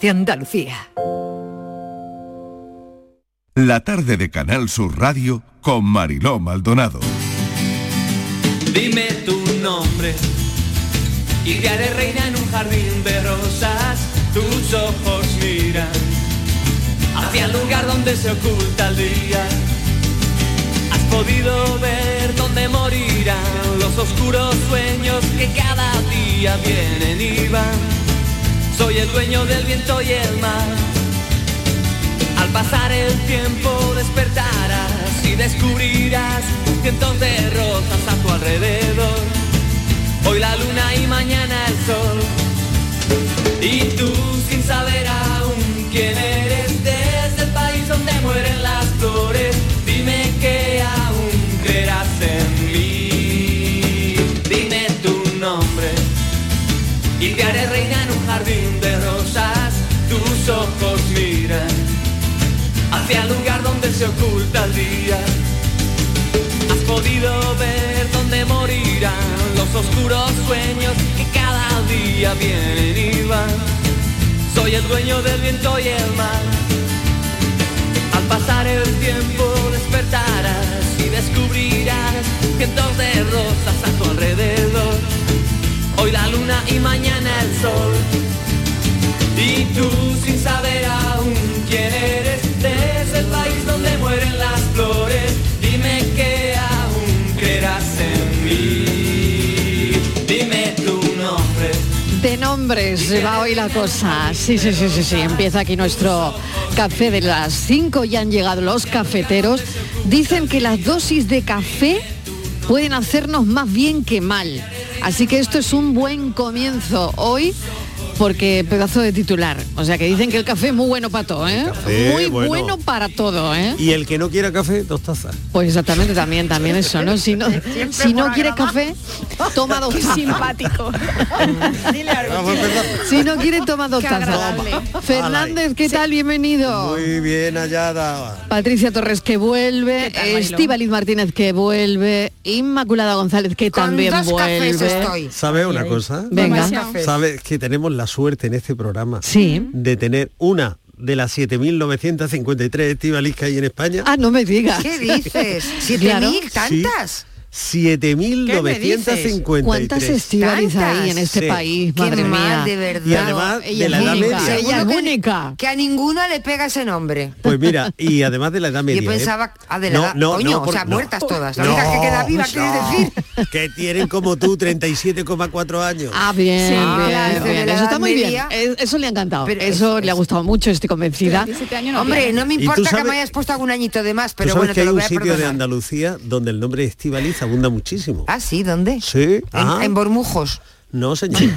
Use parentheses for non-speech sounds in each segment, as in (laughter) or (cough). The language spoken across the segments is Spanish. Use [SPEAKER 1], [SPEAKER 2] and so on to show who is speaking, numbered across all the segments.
[SPEAKER 1] de Andalucía.
[SPEAKER 2] La tarde de Canal Sur Radio con Mariló Maldonado.
[SPEAKER 3] Dime tu nombre y te haré reina en un jardín de rosas. Tus ojos miran hacia el lugar donde se oculta el día. Has podido ver dónde morirán los oscuros sueños que cada día vienen y van. Soy el dueño del viento y el mar. Al pasar el tiempo despertarás y descubrirás cientos de rosas a tu alrededor. Hoy la luna y mañana el sol. Y tú sin saber aún quién eres desde el país donde mueren las flores. Dime que aún creerás en mí. Dime tu nombre y te haré reina en un jardín de rosas. Tus ojos miran hacia el lugar donde se oculta el día. Has podido ver dónde morirán los oscuros sueños que cada día vienen y van. Soy el dueño del viento y el mar. Al pasar el tiempo despertarás y descubrirás cientos de rosas a tu alrededor. Hoy la luna y mañana el sol. Y tú sin saber aún quién eres, desde el país donde mueren las flores, dime que aún creerás en mí. Dime tu nombre.
[SPEAKER 4] De nombres se va hoy la cosa. Sí, sí, sí, sí, sí. Empieza aquí nuestro café de las 5. Ya han llegado los cafeteros. Dicen que las dosis de café pueden hacernos más bien que mal. Así que esto es un buen comienzo hoy porque pedazo de titular. O sea que dicen que el café es muy bueno para todo, ¿eh?
[SPEAKER 5] café,
[SPEAKER 4] muy
[SPEAKER 5] bueno.
[SPEAKER 4] bueno. para todo, ¿eh?
[SPEAKER 5] Y el que no quiera café, dos tazas.
[SPEAKER 4] Pues exactamente, también, también eso, ¿no? Si no, si no quieres café, toma dos
[SPEAKER 6] Qué
[SPEAKER 4] tazas. (laughs)
[SPEAKER 6] simpático.
[SPEAKER 5] Ah,
[SPEAKER 4] Si no quieres, toma dos
[SPEAKER 6] Qué
[SPEAKER 4] tazas.
[SPEAKER 6] agradable.
[SPEAKER 4] Fernández, ¿qué tal? Bienvenido.
[SPEAKER 5] Muy bien hallada.
[SPEAKER 4] Patricia Torres que vuelve, Estíbaliz Martínez que vuelve, Inmaculada González que también vuelve.
[SPEAKER 5] ¿Sabe una cosa?
[SPEAKER 4] Venga.
[SPEAKER 5] ¿Sabe que tenemos la suerte en este programa
[SPEAKER 4] Sí.
[SPEAKER 5] de tener una de las 7.953 estivalis que hay en España?
[SPEAKER 4] Ah, no me digas.
[SPEAKER 7] ¿Qué
[SPEAKER 4] (laughs)
[SPEAKER 7] dices? ¿Siete
[SPEAKER 4] Claro.
[SPEAKER 7] mil? ¿Tantas?
[SPEAKER 4] ¿Qué me dices?
[SPEAKER 5] 7.953.
[SPEAKER 4] ¿Cuántas estivales hay en este país?
[SPEAKER 7] Qué
[SPEAKER 4] Madre
[SPEAKER 7] mal, de
[SPEAKER 4] mía.
[SPEAKER 7] verdad.
[SPEAKER 5] Y además
[SPEAKER 4] Ella
[SPEAKER 5] de la
[SPEAKER 4] es
[SPEAKER 5] edad
[SPEAKER 4] única.
[SPEAKER 5] media.
[SPEAKER 4] Ella es
[SPEAKER 7] Seguro que-
[SPEAKER 4] única.
[SPEAKER 7] Que a ninguna le pega ese nombre.
[SPEAKER 5] Pues mira, y además de la
[SPEAKER 7] (laughs)
[SPEAKER 5] edad media. ¿eh?
[SPEAKER 7] pensaba- ah, de la edad- coño, o sea, muertas todas. La única que queda viva, ¿quieres decir?
[SPEAKER 5] (laughs) Que tienen como tú 37,4 años.
[SPEAKER 4] Ah, bien,
[SPEAKER 6] Sí,
[SPEAKER 4] bien,
[SPEAKER 6] claro,
[SPEAKER 4] bien.
[SPEAKER 7] de la
[SPEAKER 4] Eso está
[SPEAKER 7] edad
[SPEAKER 4] muy bien.
[SPEAKER 7] media.
[SPEAKER 4] Es- Eso le ha encantado.
[SPEAKER 7] Pero
[SPEAKER 4] eso
[SPEAKER 7] es-
[SPEAKER 4] le ha gustado mucho, estoy convencida.
[SPEAKER 6] 17 años no
[SPEAKER 7] Hombre,
[SPEAKER 6] viene.
[SPEAKER 7] no me
[SPEAKER 5] ¿Y tú
[SPEAKER 7] importa que
[SPEAKER 5] sabes-
[SPEAKER 7] me hayas puesto algún añito de más,
[SPEAKER 5] Pero
[SPEAKER 7] pero bueno,
[SPEAKER 5] que
[SPEAKER 7] te
[SPEAKER 5] hay
[SPEAKER 7] lo
[SPEAKER 5] un
[SPEAKER 7] voy a
[SPEAKER 5] sitio de
[SPEAKER 7] perdonar.
[SPEAKER 5] Andalucía donde el nombre Estivaliz abunda muchísimo.
[SPEAKER 7] Ah, sí, ¿dónde?
[SPEAKER 5] Sí.
[SPEAKER 7] En,
[SPEAKER 5] ah,
[SPEAKER 7] en Bormujos.
[SPEAKER 5] no,
[SPEAKER 7] (laughs)
[SPEAKER 5] señor.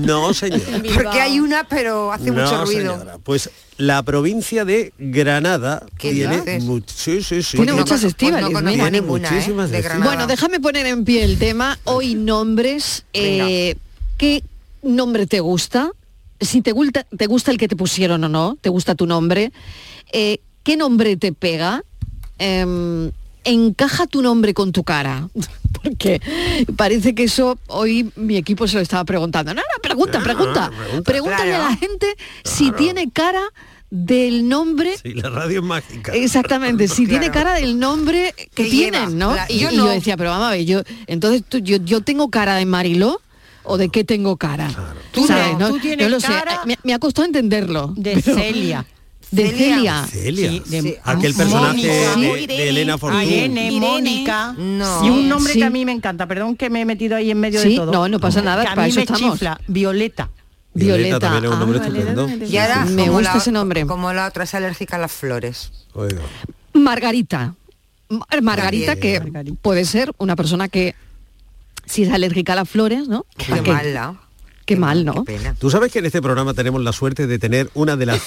[SPEAKER 5] no, señor.
[SPEAKER 7] Porque hay una, pero hace
[SPEAKER 5] No,
[SPEAKER 7] mucho ruido.
[SPEAKER 5] señora. Pues la provincia de Granada
[SPEAKER 7] ¿Qué
[SPEAKER 5] tiene,
[SPEAKER 7] dices?
[SPEAKER 5] mu- sí, sí, sí.
[SPEAKER 4] Tiene
[SPEAKER 7] No
[SPEAKER 4] muchas
[SPEAKER 7] conozco-
[SPEAKER 4] estivales,
[SPEAKER 7] Pues no conozco
[SPEAKER 4] mira.
[SPEAKER 5] Tiene
[SPEAKER 7] ninguna, ¿eh?
[SPEAKER 5] muchísimas
[SPEAKER 7] de
[SPEAKER 5] estivales.
[SPEAKER 7] Granada.
[SPEAKER 4] Bueno, déjame poner en pie el tema. Hoy nombres. eh, ¿Qué nombre te gusta? Si te gusta, te gusta el que te pusieron o no, te gusta tu nombre. Eh, ¿Qué nombre te pega? Em, ¿Encaja tu nombre con tu cara? (laughs) Porque parece que eso hoy mi equipo se lo estaba preguntando. No, no, pregunta, pregunta.
[SPEAKER 5] Ah, pregunta.
[SPEAKER 4] Pregúntale a la
[SPEAKER 7] Claro.
[SPEAKER 4] gente si tiene cara del nombre
[SPEAKER 5] Sí, la radio es mágica.
[SPEAKER 4] Exactamente, si
[SPEAKER 7] Claro.
[SPEAKER 4] tiene cara del nombre que
[SPEAKER 7] Que lleva,
[SPEAKER 4] tienen, ¿no?
[SPEAKER 7] la-
[SPEAKER 4] y, y
[SPEAKER 7] yo
[SPEAKER 4] yo
[SPEAKER 7] no.
[SPEAKER 4] decía, pero vamos a ver, yo, entonces tú- yo, yo tengo cara de Mariló o de qué tengo cara.
[SPEAKER 7] Tú
[SPEAKER 4] ¿Sabes,
[SPEAKER 7] no,
[SPEAKER 4] no?
[SPEAKER 8] tú tienes
[SPEAKER 4] Yo lo sé,
[SPEAKER 8] cara-
[SPEAKER 4] me, me ha costado entenderlo.
[SPEAKER 8] De
[SPEAKER 4] pero-
[SPEAKER 8] Celia.
[SPEAKER 4] (laughs) De
[SPEAKER 7] Celia.
[SPEAKER 4] Celia.
[SPEAKER 5] Celia.
[SPEAKER 8] Sí, de-
[SPEAKER 5] Sí. Aquel
[SPEAKER 8] Ah,
[SPEAKER 5] personaje
[SPEAKER 8] Mónica.
[SPEAKER 5] de, de Elena Fortún.
[SPEAKER 8] Irene,
[SPEAKER 6] Irene.
[SPEAKER 8] Mónica.
[SPEAKER 7] No.
[SPEAKER 8] Y un nombre
[SPEAKER 4] Sí.
[SPEAKER 8] que a mí me encanta. Perdón que me he metido ahí en medio
[SPEAKER 4] Sí,
[SPEAKER 8] de todo.
[SPEAKER 4] no, no pasa nada,
[SPEAKER 8] Que a
[SPEAKER 4] para
[SPEAKER 8] mí
[SPEAKER 4] eso
[SPEAKER 8] me
[SPEAKER 4] estamos.
[SPEAKER 8] chifla. Violeta.
[SPEAKER 4] Violeta.
[SPEAKER 5] también es un
[SPEAKER 4] Ah,
[SPEAKER 5] nombre
[SPEAKER 4] vale,
[SPEAKER 5] estupendo.
[SPEAKER 4] vale, vale.
[SPEAKER 7] Y ahora,
[SPEAKER 4] Me
[SPEAKER 7] como
[SPEAKER 4] gusta
[SPEAKER 7] la-
[SPEAKER 4] ese nombre.
[SPEAKER 7] Como la otra es alérgica a las flores.
[SPEAKER 5] Oiga.
[SPEAKER 4] Margarita. Mar- Margarita,
[SPEAKER 7] También.
[SPEAKER 4] que
[SPEAKER 8] Margarita.
[SPEAKER 4] puede ser una persona que si es alérgica a las flores, ¿no?
[SPEAKER 7] Qué
[SPEAKER 4] Que-
[SPEAKER 7] mala.
[SPEAKER 4] Qué mal, ¿no?
[SPEAKER 7] Qué pena.
[SPEAKER 5] Tú sabes que en este programa tenemos la suerte de tener una de las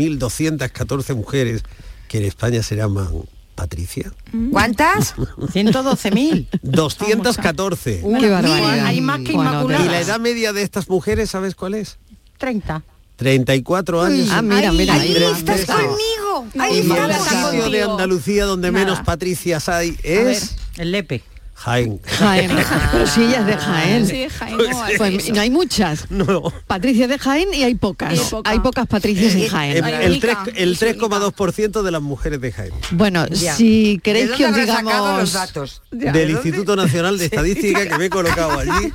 [SPEAKER 5] 112.214 mujeres que en España se llaman Patricia.
[SPEAKER 7] ¿Cuántas?
[SPEAKER 8] 112.000.
[SPEAKER 5] 214.
[SPEAKER 4] Qué barbaridad.
[SPEAKER 8] Hay más que
[SPEAKER 4] Bueno,
[SPEAKER 5] ¿Y la
[SPEAKER 8] Inmaculada.
[SPEAKER 5] edad media de estas mujeres sabes cuál es?
[SPEAKER 8] 30.
[SPEAKER 5] 34 años.
[SPEAKER 4] Ah, mira, mira,
[SPEAKER 7] Ahí
[SPEAKER 4] mira.
[SPEAKER 7] estás conmigo. Ahí
[SPEAKER 5] Y el
[SPEAKER 7] estamos.
[SPEAKER 5] sitio de Andalucía donde
[SPEAKER 6] Nada.
[SPEAKER 5] menos Patricias hay es
[SPEAKER 8] El Lepe.
[SPEAKER 7] Uh.
[SPEAKER 8] (laughs)
[SPEAKER 5] Jaén.
[SPEAKER 4] Jaén. (laughs) Pero si ella es de Jaén.
[SPEAKER 1] Sí, Jaén,
[SPEAKER 5] Pues
[SPEAKER 1] no,
[SPEAKER 5] sí.
[SPEAKER 4] Pues
[SPEAKER 1] eso.
[SPEAKER 4] no hay muchas.
[SPEAKER 5] No.
[SPEAKER 4] Patricia es de Jaén y hay pocas.
[SPEAKER 1] Y hay poca.
[SPEAKER 4] Hay pocas Patricias en
[SPEAKER 5] Eh, El,
[SPEAKER 4] Jaén.
[SPEAKER 1] Ay,
[SPEAKER 5] el
[SPEAKER 1] Mica,
[SPEAKER 5] tres- el
[SPEAKER 1] Mica.
[SPEAKER 5] 3,2% de las mujeres de Jaén.
[SPEAKER 4] Bueno,
[SPEAKER 7] Ya.
[SPEAKER 4] si
[SPEAKER 7] ¿De
[SPEAKER 4] queréis
[SPEAKER 7] dónde
[SPEAKER 4] que os
[SPEAKER 7] habrá sacado
[SPEAKER 4] digamos...
[SPEAKER 7] los datos?
[SPEAKER 5] del Instituto Nacional de Estadística que me he colocado
[SPEAKER 4] (laughs)
[SPEAKER 5] allí.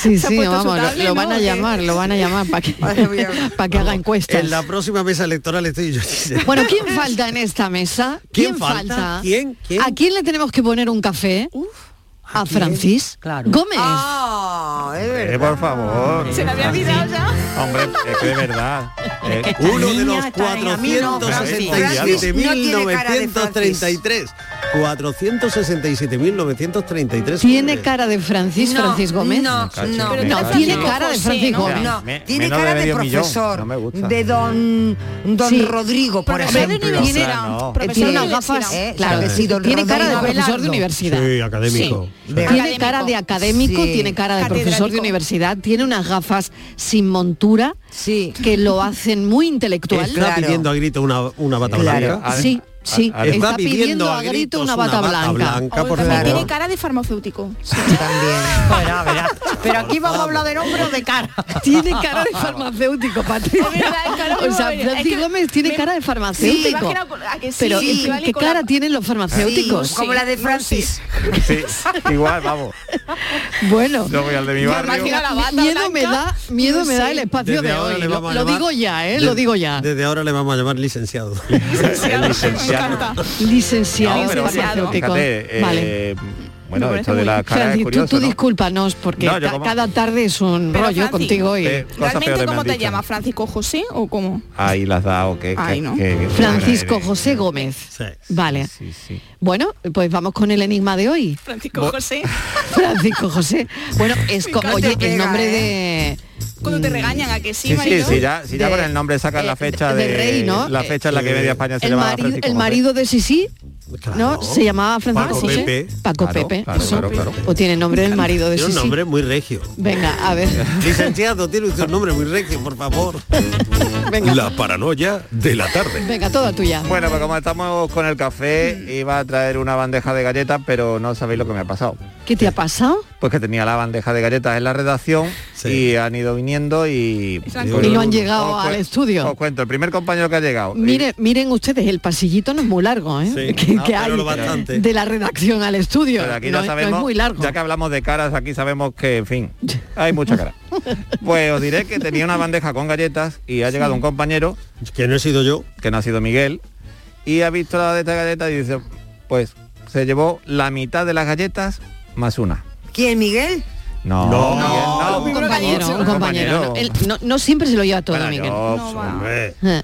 [SPEAKER 4] Sí,
[SPEAKER 1] Se ha
[SPEAKER 4] sí,
[SPEAKER 1] puesto su
[SPEAKER 4] vamos, lo,
[SPEAKER 1] tablet,
[SPEAKER 4] lo
[SPEAKER 1] ¿no?
[SPEAKER 4] van a
[SPEAKER 1] ¿O qué?
[SPEAKER 4] llamar, lo van a llamar para que,
[SPEAKER 7] Madre mía.
[SPEAKER 4] (laughs) para que haga encuestas.
[SPEAKER 5] En la (laughs) próxima mesa electoral estoy yo.
[SPEAKER 4] (laughs) Bueno, ¿quién falta en esta mesa?
[SPEAKER 5] ¿Quién falta? ¿Quién? ¿Quién?
[SPEAKER 4] ¿A quién le tenemos que poner un café? ¿A,
[SPEAKER 5] quién?
[SPEAKER 4] Francis?
[SPEAKER 8] Claro.
[SPEAKER 4] Gómez.
[SPEAKER 7] Ah, es
[SPEAKER 6] Eh,
[SPEAKER 7] verdad.
[SPEAKER 6] por favor.
[SPEAKER 1] Se me había olvidado ya.
[SPEAKER 6] Hombre, es que de
[SPEAKER 8] (laughs)
[SPEAKER 6] verdad. eh,
[SPEAKER 5] Uno de los
[SPEAKER 8] Niña, está en camino, Francis.
[SPEAKER 5] 467.933. 467.933.
[SPEAKER 4] ¿Tiene
[SPEAKER 5] hombres.
[SPEAKER 4] cara de Francis,
[SPEAKER 7] No,
[SPEAKER 4] Francis Gómez?
[SPEAKER 7] No,
[SPEAKER 6] Cacho,
[SPEAKER 7] no,
[SPEAKER 6] pero
[SPEAKER 4] No,
[SPEAKER 1] Francisco
[SPEAKER 4] tiene cara de
[SPEAKER 1] José,
[SPEAKER 4] Francis
[SPEAKER 1] ¿no?
[SPEAKER 4] Gómez.
[SPEAKER 7] No,
[SPEAKER 6] Me-
[SPEAKER 7] tiene
[SPEAKER 6] menos
[SPEAKER 7] cara
[SPEAKER 6] de
[SPEAKER 7] de
[SPEAKER 6] medio millón,
[SPEAKER 7] profesor,
[SPEAKER 6] no me gusta.
[SPEAKER 7] de don, don
[SPEAKER 4] Sí.
[SPEAKER 7] Rodrigo, por
[SPEAKER 1] Profesor de
[SPEAKER 7] ejemplo.
[SPEAKER 6] universidad. O
[SPEAKER 4] Tiene,
[SPEAKER 6] sea, no.
[SPEAKER 4] eh, tiene
[SPEAKER 1] Profesor de
[SPEAKER 4] unas
[SPEAKER 1] universidad.
[SPEAKER 4] gafas,
[SPEAKER 7] Eh,
[SPEAKER 4] claro,
[SPEAKER 7] sí, sí, don
[SPEAKER 4] tiene cara de
[SPEAKER 7] Rodrigo
[SPEAKER 4] profesor de
[SPEAKER 7] Abelardo.
[SPEAKER 4] universidad.
[SPEAKER 5] Sí, académico.
[SPEAKER 1] Sí.
[SPEAKER 7] De-
[SPEAKER 4] Tiene cara de académico,
[SPEAKER 7] Sí.
[SPEAKER 4] tiene cara de profesor de
[SPEAKER 1] Catedrático.
[SPEAKER 4] universidad, tiene unas gafas sin montura
[SPEAKER 7] Sí.
[SPEAKER 4] que lo hacen muy intelectual.
[SPEAKER 5] Está
[SPEAKER 7] Claro.
[SPEAKER 5] pidiendo a grito una, una bata
[SPEAKER 7] Claro.
[SPEAKER 5] blanca.
[SPEAKER 6] A-
[SPEAKER 4] Sí, sí,
[SPEAKER 6] a- a-
[SPEAKER 4] está pidiendo a grito
[SPEAKER 5] gritos
[SPEAKER 4] una bata blanca.
[SPEAKER 1] Oye,
[SPEAKER 5] por
[SPEAKER 1] también
[SPEAKER 5] favor.
[SPEAKER 1] tiene cara de farmacéutico.
[SPEAKER 7] También.
[SPEAKER 8] Verá, verá. Pero aquí vamos a hablar de nombre o
[SPEAKER 1] (laughs)
[SPEAKER 8] de cara.
[SPEAKER 4] Tiene cara de farmacéutico, Patricia.
[SPEAKER 1] Es verdad, es cara de
[SPEAKER 4] O sea,
[SPEAKER 1] joven.
[SPEAKER 4] Francis
[SPEAKER 1] Es que
[SPEAKER 4] Gómez tiene
[SPEAKER 1] me-
[SPEAKER 4] cara de
[SPEAKER 1] me
[SPEAKER 4] farmacéutico.
[SPEAKER 1] imagino con-
[SPEAKER 7] Ah,
[SPEAKER 1] a que sí,
[SPEAKER 4] Pero
[SPEAKER 1] sí,
[SPEAKER 4] ¿y
[SPEAKER 1] que va
[SPEAKER 4] ¿qué
[SPEAKER 1] ni con la-
[SPEAKER 4] cara tienen los farmacéuticos?
[SPEAKER 7] Sí, como la de
[SPEAKER 1] No,
[SPEAKER 7] Francis.
[SPEAKER 6] Sí, igual, vamos.
[SPEAKER 4] Bueno.
[SPEAKER 6] Yo voy al de mi barrio.
[SPEAKER 1] imagino la bata
[SPEAKER 4] miedo
[SPEAKER 1] blanca.
[SPEAKER 4] me da, miedo
[SPEAKER 1] No
[SPEAKER 4] me da
[SPEAKER 1] sé.
[SPEAKER 4] el espacio
[SPEAKER 5] Desde
[SPEAKER 4] de
[SPEAKER 5] ahora
[SPEAKER 4] hoy.
[SPEAKER 5] le
[SPEAKER 4] Lo,
[SPEAKER 5] vamos a
[SPEAKER 4] lo
[SPEAKER 5] llamar-
[SPEAKER 4] digo ya, ¿eh?
[SPEAKER 5] Desde-
[SPEAKER 4] lo digo ya.
[SPEAKER 5] Desde ahora le vamos a llamar
[SPEAKER 4] (laughs)
[SPEAKER 5] licenciado.
[SPEAKER 6] El licenciado.
[SPEAKER 4] Licenciado,
[SPEAKER 6] No, pero
[SPEAKER 4] farmacéutico.
[SPEAKER 6] fíjate, eh,
[SPEAKER 4] vale.
[SPEAKER 6] bueno,
[SPEAKER 1] Me
[SPEAKER 6] esto
[SPEAKER 1] parece
[SPEAKER 6] de la
[SPEAKER 1] muy
[SPEAKER 6] cara es
[SPEAKER 4] Francis, tú,
[SPEAKER 6] curioso,
[SPEAKER 4] tú
[SPEAKER 6] ¿no?
[SPEAKER 4] discúlpanos porque
[SPEAKER 6] No, yo
[SPEAKER 4] ca-
[SPEAKER 6] como-
[SPEAKER 4] cada tarde es un
[SPEAKER 1] Pero,
[SPEAKER 4] rollo
[SPEAKER 1] Francis,
[SPEAKER 4] contigo y...
[SPEAKER 6] Eh, cosas peores
[SPEAKER 1] ¿Realmente
[SPEAKER 6] me
[SPEAKER 1] cómo
[SPEAKER 6] han
[SPEAKER 1] te
[SPEAKER 6] dicho.
[SPEAKER 1] llamas? ¿Francisco José o cómo?
[SPEAKER 6] Ahí las da o qué.
[SPEAKER 1] Ay,
[SPEAKER 6] qué-
[SPEAKER 1] no.
[SPEAKER 6] qué- qué-
[SPEAKER 4] Francisco
[SPEAKER 6] qué-
[SPEAKER 4] José Gómez.
[SPEAKER 5] Sí.
[SPEAKER 4] Vale.
[SPEAKER 6] Eh, Sí, sí.
[SPEAKER 4] Bueno, pues vamos con el enigma de
[SPEAKER 6] (laughs)
[SPEAKER 4] hoy.
[SPEAKER 1] Francisco José.
[SPEAKER 4] Francisco José. Bueno, es co-
[SPEAKER 7] encanta,
[SPEAKER 4] oye, el
[SPEAKER 7] pega,
[SPEAKER 4] nombre
[SPEAKER 6] ¿eh?
[SPEAKER 1] Cuando te regañan a que sí,
[SPEAKER 6] Sí, sí,
[SPEAKER 1] marido.
[SPEAKER 6] sí, ya, si ya
[SPEAKER 4] De-
[SPEAKER 6] por el nombre sacan
[SPEAKER 4] eh,
[SPEAKER 6] la fecha
[SPEAKER 4] del
[SPEAKER 6] de,
[SPEAKER 4] rey, ¿no?
[SPEAKER 6] La
[SPEAKER 4] Eh,
[SPEAKER 6] fecha en la que media España
[SPEAKER 4] de
[SPEAKER 6] se
[SPEAKER 4] el,
[SPEAKER 6] llamaba
[SPEAKER 4] mari-
[SPEAKER 6] Francisco
[SPEAKER 4] el
[SPEAKER 6] José.
[SPEAKER 4] marido de Sisi, ¿no?
[SPEAKER 5] Claro.
[SPEAKER 4] Se llamaba Francisco
[SPEAKER 5] Paco
[SPEAKER 4] José.
[SPEAKER 5] Pepe.
[SPEAKER 4] Paco
[SPEAKER 6] Claro,
[SPEAKER 4] Pepe.
[SPEAKER 6] claro,
[SPEAKER 4] eso.
[SPEAKER 6] claro, claro.
[SPEAKER 4] O tiene el nombre del marido de
[SPEAKER 5] Tiene un
[SPEAKER 4] Sisi.
[SPEAKER 5] nombre muy regio.
[SPEAKER 4] Venga,
[SPEAKER 6] (laughs)
[SPEAKER 4] a ver.
[SPEAKER 5] (laughs) Licenciado, tiene usted un nombre muy regio, por favor.
[SPEAKER 4] Venga,
[SPEAKER 5] La paranoia de la tarde.
[SPEAKER 4] venga, toda tuya.
[SPEAKER 6] Bueno, pues como estamos con el café,
[SPEAKER 4] Mm.
[SPEAKER 6] iba a traer una bandeja de galletas, pero no sabéis lo que me ha pasado.
[SPEAKER 4] ¿Qué te ha pasado?
[SPEAKER 6] Pues que tenía la bandeja de galletas en la redacción
[SPEAKER 5] Sí.
[SPEAKER 6] y han ido viniendo y...
[SPEAKER 1] Y se han comido.
[SPEAKER 4] Y no han llegado
[SPEAKER 6] Os cuen-
[SPEAKER 4] al estudio.
[SPEAKER 6] Os cuento, el primer compañero que ha llegado.
[SPEAKER 4] Miren, miren ustedes, el pasillito no es muy largo, ¿eh? (laughs)
[SPEAKER 5] Sí,
[SPEAKER 4] que,
[SPEAKER 5] no,
[SPEAKER 4] que
[SPEAKER 5] pero
[SPEAKER 4] hay
[SPEAKER 5] lo bastante.
[SPEAKER 4] de la redacción al estudio.
[SPEAKER 6] Pero aquí
[SPEAKER 4] no,
[SPEAKER 6] ya
[SPEAKER 4] es- no
[SPEAKER 6] sabemos,
[SPEAKER 4] es muy largo.
[SPEAKER 6] ya que hablamos de caras, aquí sabemos que, en fin, hay mucha
[SPEAKER 4] (laughs)
[SPEAKER 6] cara. Pues os diré que tenía una bandeja con galletas y ha llegado un compañero,
[SPEAKER 5] Que no he sido yo.
[SPEAKER 6] que no ha sido Miguel, y ha visto la de esta galleta y dice, pues se llevó la mitad de las galletas más una.
[SPEAKER 7] ¿Quién, Miguel?
[SPEAKER 6] No,
[SPEAKER 5] No.
[SPEAKER 6] Miguel,
[SPEAKER 4] Oh, un
[SPEAKER 1] no,
[SPEAKER 4] compañero, un compañero. No, él- no- no siempre se lo lleva todo,
[SPEAKER 6] Bueno,
[SPEAKER 4] Miguel.
[SPEAKER 6] yo,
[SPEAKER 1] No va.
[SPEAKER 5] Hombre.
[SPEAKER 4] Eh.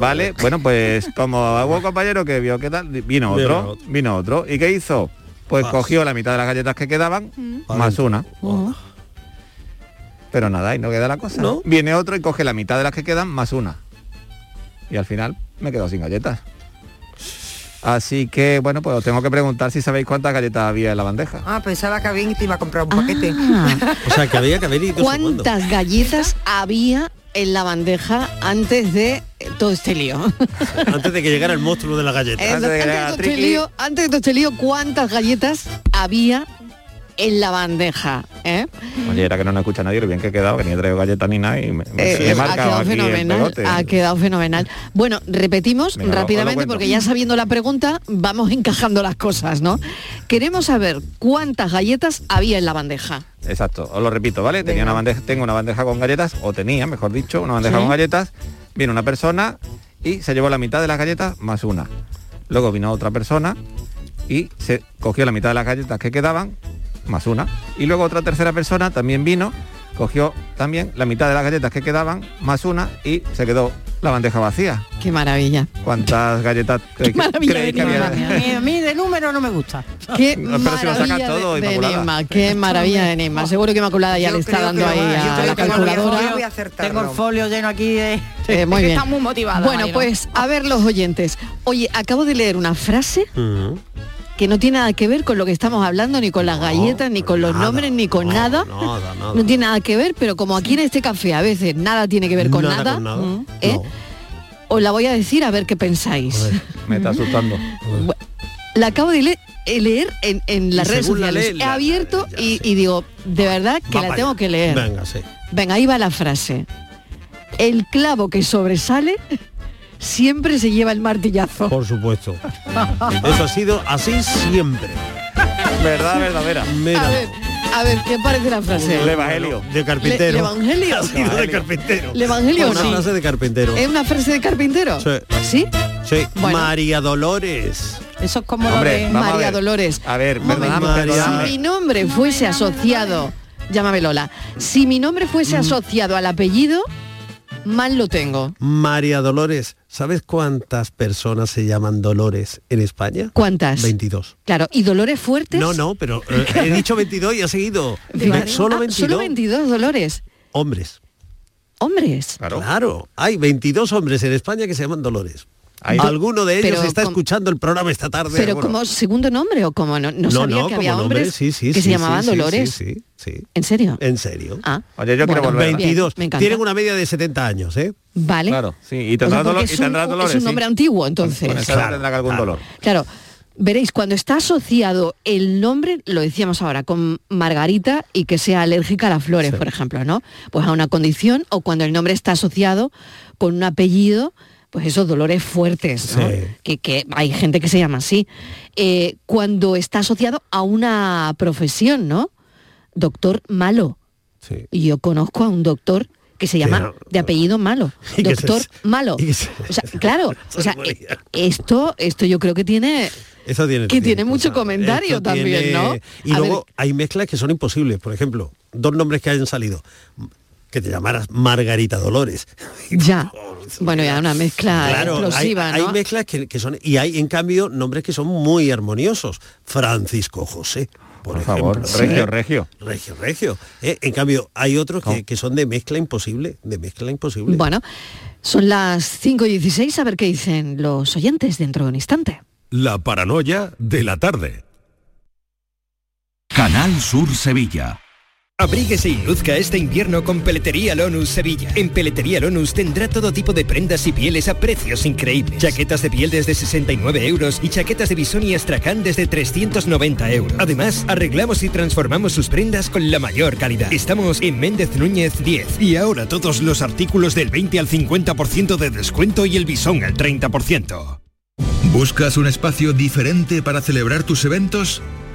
[SPEAKER 6] Vale, bueno, pues como hubo un compañero que vio que tal, vino
[SPEAKER 5] Vino
[SPEAKER 6] otro,
[SPEAKER 5] otro.
[SPEAKER 6] vino otro. ¿Y qué hizo? Pues
[SPEAKER 5] Ah.
[SPEAKER 6] cogió la mitad de las galletas que quedaban,
[SPEAKER 4] Mm.
[SPEAKER 6] más una.
[SPEAKER 4] Ujú.
[SPEAKER 6] Pero nada, y no queda la cosa.
[SPEAKER 5] No.
[SPEAKER 6] Viene otro y coge la mitad de las que quedan más una. Y al final me quedo sin galletas. Así que, bueno, pues os tengo que preguntar si sabéis cuántas galletas había en la bandeja.
[SPEAKER 7] Ah, pensaba que alguien te iba a comprar un paquete. (laughs)
[SPEAKER 4] Ah,
[SPEAKER 5] O sea, que había que haber ido sumando.
[SPEAKER 4] ¿Cuántas galletas había en la bandeja antes de eh, todo este lío?
[SPEAKER 5] Antes de que llegara el monstruo de la galleta.
[SPEAKER 6] de
[SPEAKER 4] Eso,
[SPEAKER 6] que
[SPEAKER 4] antes, de
[SPEAKER 6] llegara
[SPEAKER 4] todo este
[SPEAKER 6] Triqui.
[SPEAKER 4] lío, antes de todo este lío, ¿cuántas galletas había en la bandeja? eh?
[SPEAKER 6] Oye, era que no nos escucha nadie, lo bien que he quedado, que ni he traído galletas ni nada y me, me-
[SPEAKER 4] Eh,
[SPEAKER 6] he
[SPEAKER 4] ha
[SPEAKER 6] marcado
[SPEAKER 4] quedado
[SPEAKER 6] aquí el
[SPEAKER 4] fenomenal.
[SPEAKER 6] pegote.
[SPEAKER 4] Ha quedado fenomenal. Bueno, repetimos
[SPEAKER 6] Venga, os lo
[SPEAKER 4] rápidamente
[SPEAKER 6] cuento.
[SPEAKER 4] porque ya sabiendo la pregunta vamos encajando las cosas, ¿no? Queremos saber cuántas galletas había en la bandeja.
[SPEAKER 6] Exacto, os lo repito, ¿vale? Tenía una bandeja, tengo una bandeja con galletas, o tenía, mejor dicho, una bandeja
[SPEAKER 4] Sí.
[SPEAKER 6] con galletas, vino una persona y se llevó la mitad de las galletas más una. Luego vino otra persona y se cogió la mitad de las galletas que quedaban, más una. Y luego otra tercera persona también vino, cogió también la mitad de las galletas que quedaban, más una, y se quedó la bandeja vacía.
[SPEAKER 4] Qué maravilla.
[SPEAKER 6] ¿Cuántas
[SPEAKER 4] (laughs)
[SPEAKER 6] galletas creéis que-
[SPEAKER 7] (laughs)
[SPEAKER 4] maravilla
[SPEAKER 6] creéis que
[SPEAKER 4] de
[SPEAKER 6] había?
[SPEAKER 4] enigma.
[SPEAKER 8] A mí de número no me gusta.
[SPEAKER 4] Qué
[SPEAKER 6] No, pero si lo sacas
[SPEAKER 4] maravilla
[SPEAKER 6] todo,
[SPEAKER 4] de, de
[SPEAKER 6] Inmaculada.
[SPEAKER 4] enigma, qué maravilla de enigma. Seguro que Inmaculada ya
[SPEAKER 7] Yo
[SPEAKER 4] le está
[SPEAKER 7] creo que
[SPEAKER 4] dando
[SPEAKER 7] lo
[SPEAKER 4] ahí
[SPEAKER 7] va, yo
[SPEAKER 4] a
[SPEAKER 7] creo
[SPEAKER 4] la
[SPEAKER 7] que lo voy a-
[SPEAKER 4] calculadora.
[SPEAKER 7] yo voy a acertarlo.
[SPEAKER 8] Tengo el folio lleno aquí de...
[SPEAKER 4] Eh, muy
[SPEAKER 1] Es que
[SPEAKER 4] bien.
[SPEAKER 1] Está muy motivada.
[SPEAKER 4] Bueno,
[SPEAKER 1] Marilo.
[SPEAKER 4] pues a ver los oyentes. Oye, acabo de leer una frase
[SPEAKER 5] Mm.
[SPEAKER 4] que no tiene nada que ver con lo que estamos hablando, ni con las
[SPEAKER 5] No,
[SPEAKER 4] galletas, ni con los
[SPEAKER 5] nada,
[SPEAKER 4] nombres, ni con
[SPEAKER 5] no,
[SPEAKER 4] nada.
[SPEAKER 5] nada, nada.
[SPEAKER 4] No tiene nada que ver, pero como aquí en este café a veces nada tiene que ver con nada,
[SPEAKER 5] con nada.
[SPEAKER 4] mm, ¿eh?
[SPEAKER 5] No.
[SPEAKER 4] os la voy a decir a ver qué pensáis.
[SPEAKER 5] Joder.
[SPEAKER 6] Me está asustando.
[SPEAKER 4] Bu- (laughs) La acabo de leer eh, leer en, en las
[SPEAKER 5] Y
[SPEAKER 4] redes
[SPEAKER 5] según la
[SPEAKER 4] sociales.
[SPEAKER 5] lees,
[SPEAKER 4] He
[SPEAKER 5] la-
[SPEAKER 4] abierto y, y digo, de verdad que
[SPEAKER 5] Va
[SPEAKER 4] la
[SPEAKER 5] para
[SPEAKER 4] tengo
[SPEAKER 5] allá.
[SPEAKER 4] que leer.
[SPEAKER 5] Venga, sí.
[SPEAKER 4] Venga, ahí va la frase. El clavo que sobresale siempre se lleva el martillazo.
[SPEAKER 5] Por
[SPEAKER 4] (laughs)
[SPEAKER 5] supuesto. Eso ha sido así siempre.
[SPEAKER 6] Verdad verdadera.
[SPEAKER 5] (laughs)
[SPEAKER 4] A
[SPEAKER 5] Mira,
[SPEAKER 4] ver, a ver, ¿qué parece la frase?
[SPEAKER 6] El evangelio.
[SPEAKER 5] de carpintero.
[SPEAKER 4] Le- ¿Levangelio?
[SPEAKER 5] Ha sido de carpintero.
[SPEAKER 4] ¿El evangelio
[SPEAKER 5] Una
[SPEAKER 4] sí?
[SPEAKER 5] frase de carpintero.
[SPEAKER 4] ¿Es una frase de carpintero?
[SPEAKER 5] Sí.
[SPEAKER 4] ¿Sí?
[SPEAKER 5] Sí.
[SPEAKER 4] Bueno. eh,
[SPEAKER 5] María Dolores.
[SPEAKER 8] Eso es como
[SPEAKER 6] Hombre,
[SPEAKER 8] lo de...
[SPEAKER 6] vamos a
[SPEAKER 4] María
[SPEAKER 6] ver.
[SPEAKER 4] Dolores.
[SPEAKER 6] A ver,
[SPEAKER 4] Un momento.
[SPEAKER 6] perdóname,
[SPEAKER 5] María.
[SPEAKER 6] perdóname.
[SPEAKER 4] Si mi nombre fuese asociado, llámame Lola, si mi nombre
[SPEAKER 5] Mm.
[SPEAKER 4] fuese asociado al apellido, mal lo tengo.
[SPEAKER 5] María Dolores. ¿Sabes cuántas personas se llaman Dolores en España?
[SPEAKER 4] ¿Cuántas?
[SPEAKER 5] 22.
[SPEAKER 4] Claro, ¿y dolores fuertes?
[SPEAKER 5] No, no, pero eh, he dicho 22 y ha seguido.
[SPEAKER 4] De
[SPEAKER 5] Ve-
[SPEAKER 4] Madrid.
[SPEAKER 5] Solo
[SPEAKER 4] Ah,
[SPEAKER 5] 22
[SPEAKER 4] solo 22 dolores.
[SPEAKER 5] hombres.
[SPEAKER 4] Hombres.
[SPEAKER 6] Claro.
[SPEAKER 5] Claro, hay 22 hombres en España que se llaman Dolores.
[SPEAKER 6] Ahí.
[SPEAKER 5] Alguno de ellos
[SPEAKER 4] Pero
[SPEAKER 5] está
[SPEAKER 4] com-
[SPEAKER 5] escuchando el programa esta tarde.
[SPEAKER 4] Pero
[SPEAKER 5] seguro.
[SPEAKER 4] como segundo nombre o como no, no,
[SPEAKER 5] No,
[SPEAKER 4] sabía
[SPEAKER 5] no,
[SPEAKER 4] que había
[SPEAKER 5] como
[SPEAKER 4] hombres
[SPEAKER 5] nombre, sí, sí,
[SPEAKER 4] que
[SPEAKER 5] sí,
[SPEAKER 4] se llamaban
[SPEAKER 5] sí, sí,
[SPEAKER 4] Dolores.
[SPEAKER 5] Sí, sí, sí.
[SPEAKER 4] ¿En serio?
[SPEAKER 5] En serio.
[SPEAKER 4] Ah,
[SPEAKER 6] Oye, yo quiero
[SPEAKER 4] bueno,
[SPEAKER 6] volver a-
[SPEAKER 4] bien,
[SPEAKER 5] 22.
[SPEAKER 4] me encanta.
[SPEAKER 5] Tienen una media de 70 años, ¿eh?
[SPEAKER 4] Vale.
[SPEAKER 6] Claro, sí, y tendrá
[SPEAKER 4] porque
[SPEAKER 6] dolor-
[SPEAKER 4] es
[SPEAKER 6] y
[SPEAKER 4] un-
[SPEAKER 6] tendrá dolores,
[SPEAKER 4] Es un
[SPEAKER 6] sí.
[SPEAKER 4] nombre antiguo, entonces.
[SPEAKER 6] Con esa edad tendrá que algún
[SPEAKER 5] claro.
[SPEAKER 6] dolor.
[SPEAKER 4] Claro, veréis, cuando está asociado el nombre, lo decíamos ahora, con Margarita y que sea alérgica a las flores, por ejemplo, ¿no? Pues a una condición o cuando el nombre está asociado con un apellido, pues esos dolores fuertes, ¿no?
[SPEAKER 5] Sí.
[SPEAKER 4] que, que hay gente que se llama así. Eh, cuando está asociado a una profesión, ¿no? Doctor malo.
[SPEAKER 5] Sí.
[SPEAKER 4] Y yo conozco a un doctor que se llama
[SPEAKER 5] no.
[SPEAKER 4] de apellido malo.
[SPEAKER 5] Y que se-
[SPEAKER 4] Doctor malo.
[SPEAKER 5] y que (laughs) se-
[SPEAKER 4] O sea, claro, o sea,
[SPEAKER 5] Se moría.
[SPEAKER 4] eh, esto, esto yo creo que tiene
[SPEAKER 5] Eso tiene
[SPEAKER 4] Que tiene
[SPEAKER 5] cosas.
[SPEAKER 4] mucho comentario
[SPEAKER 5] (laughs)
[SPEAKER 4] también, ¿no?
[SPEAKER 5] Y
[SPEAKER 4] A
[SPEAKER 5] luego
[SPEAKER 4] ver.
[SPEAKER 5] hay mezclas que son imposibles. Por ejemplo, dos nombres que hayan salido. Que te llamaras Margarita Dolores.
[SPEAKER 4] ya. Bueno, ya una
[SPEAKER 8] Ah,
[SPEAKER 4] mezcla
[SPEAKER 5] Claro, hay,
[SPEAKER 4] explosiva,
[SPEAKER 5] hay
[SPEAKER 4] ¿no?
[SPEAKER 5] mezclas que, que son... Y hay, en cambio, nombres que son muy armoniosos. Francisco José, por,
[SPEAKER 6] Por
[SPEAKER 5] ejemplo.
[SPEAKER 6] favor,
[SPEAKER 5] Sí.
[SPEAKER 6] regio, regio.
[SPEAKER 5] Regio, regio. Eh, En cambio, hay otros que, que son de mezcla imposible, de mezcla imposible.
[SPEAKER 4] Bueno, son las 5 y 16, a ver qué dicen los oyentes dentro de un instante.
[SPEAKER 2] La paranoia de la tarde. Canal Sur Sevilla.
[SPEAKER 9] Abríguese y luzca este invierno con Peletería Lonus Sevilla. En Peletería Lonus tendrá todo tipo de prendas y pieles a precios increíbles. Chaquetas de piel desde 69 euros y chaquetas de bisón y astracán desde 390 euros. Además, arreglamos y transformamos sus prendas con la mayor calidad. Estamos en Méndez Núñez 10 y ahora todos los artículos del 20 al 50% de descuento y el bisón al 30%.
[SPEAKER 10] ¿Buscas un espacio diferente para celebrar tus eventos?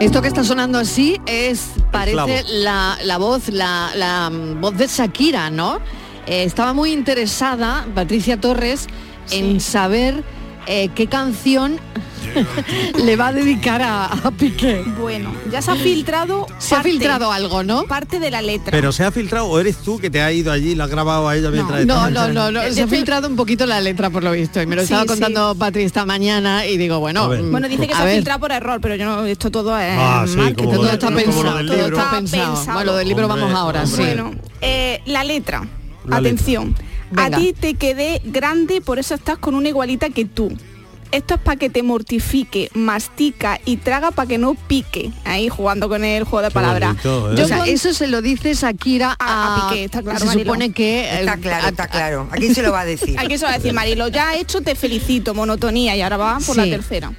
[SPEAKER 4] Esto que está sonando así es, parece
[SPEAKER 5] clavo.
[SPEAKER 4] la, la voz, la, la, mm, voz de Shakira, ¿no? Eh, estaba muy interesada, Patricia Torres, en saber eh, qué canción (laughs) le va a dedicar a, a Piqué.
[SPEAKER 1] Bueno, ya se ha filtrado.
[SPEAKER 4] Se ha
[SPEAKER 1] parte-
[SPEAKER 4] filtrado algo, ¿no?
[SPEAKER 1] parte de la letra.
[SPEAKER 5] Pero se ha filtrado o eres tú que te ha ido allí y la has grabado a ella mientras
[SPEAKER 4] No,
[SPEAKER 5] estaba-
[SPEAKER 4] no, no, no,
[SPEAKER 1] Eh,
[SPEAKER 4] se ha
[SPEAKER 1] esto-
[SPEAKER 4] filtrado un poquito la letra por lo visto y me lo
[SPEAKER 1] Sí,
[SPEAKER 4] estaba
[SPEAKER 1] sí.
[SPEAKER 4] contando Patri esta mañana y digo, bueno,
[SPEAKER 5] A ver.
[SPEAKER 4] mm,
[SPEAKER 1] Bueno, dice que
[SPEAKER 4] a
[SPEAKER 1] se ha
[SPEAKER 4] ver,
[SPEAKER 1] filtrado por error, pero yo no, esto todo es
[SPEAKER 5] Ah, sí,
[SPEAKER 1] marketing,
[SPEAKER 5] como
[SPEAKER 4] que
[SPEAKER 5] lo
[SPEAKER 4] todo
[SPEAKER 5] de-
[SPEAKER 4] está
[SPEAKER 5] como lo
[SPEAKER 4] pensado,
[SPEAKER 5] del
[SPEAKER 4] todo
[SPEAKER 5] libro.
[SPEAKER 4] está pensado. Bueno, del libro
[SPEAKER 5] Hombre,
[SPEAKER 4] vamos ahora,
[SPEAKER 5] hombre.
[SPEAKER 4] sí.
[SPEAKER 1] Bueno, eh, la letra.
[SPEAKER 5] La
[SPEAKER 1] Atención.
[SPEAKER 4] Venga.
[SPEAKER 1] A ti te quedé grande, por eso estás con una igualita que tú. Esto es para que te mortifique, mastica y traga para que no pique. Ahí jugando con el juego de
[SPEAKER 5] Qué
[SPEAKER 1] palabras.
[SPEAKER 5] bonito, ¿eh?
[SPEAKER 4] Yo
[SPEAKER 1] O sea,
[SPEAKER 4] con-
[SPEAKER 1] es-
[SPEAKER 4] eso se lo dice Shakira a,
[SPEAKER 1] A- a Piqué, está claro,
[SPEAKER 4] se
[SPEAKER 1] Mariló.
[SPEAKER 4] supone que eh,
[SPEAKER 7] Está claro,
[SPEAKER 4] a-
[SPEAKER 7] está claro. ¿A quién se lo va a decir?
[SPEAKER 1] Aquí se va a decir, Marilo, ya hecho, te felicito, monotonía, y ahora va por la
[SPEAKER 4] Sí.
[SPEAKER 1] tercera.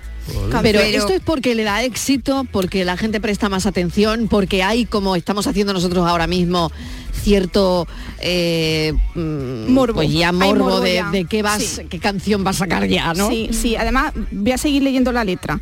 [SPEAKER 4] Pero
[SPEAKER 7] Pero-
[SPEAKER 4] esto es porque le da éxito, porque la gente presta más atención, porque hay, como estamos haciendo nosotros ahora mismo, cierto eh, mm,
[SPEAKER 1] Morbo.
[SPEAKER 4] pues ya
[SPEAKER 1] Hay
[SPEAKER 4] morbo,
[SPEAKER 1] morbo
[SPEAKER 4] de,
[SPEAKER 1] ya.
[SPEAKER 4] de qué vas,
[SPEAKER 1] Sí.
[SPEAKER 4] qué canción vas a sacar ya, ¿no?
[SPEAKER 1] Sí, sí, además voy a seguir leyendo la letra.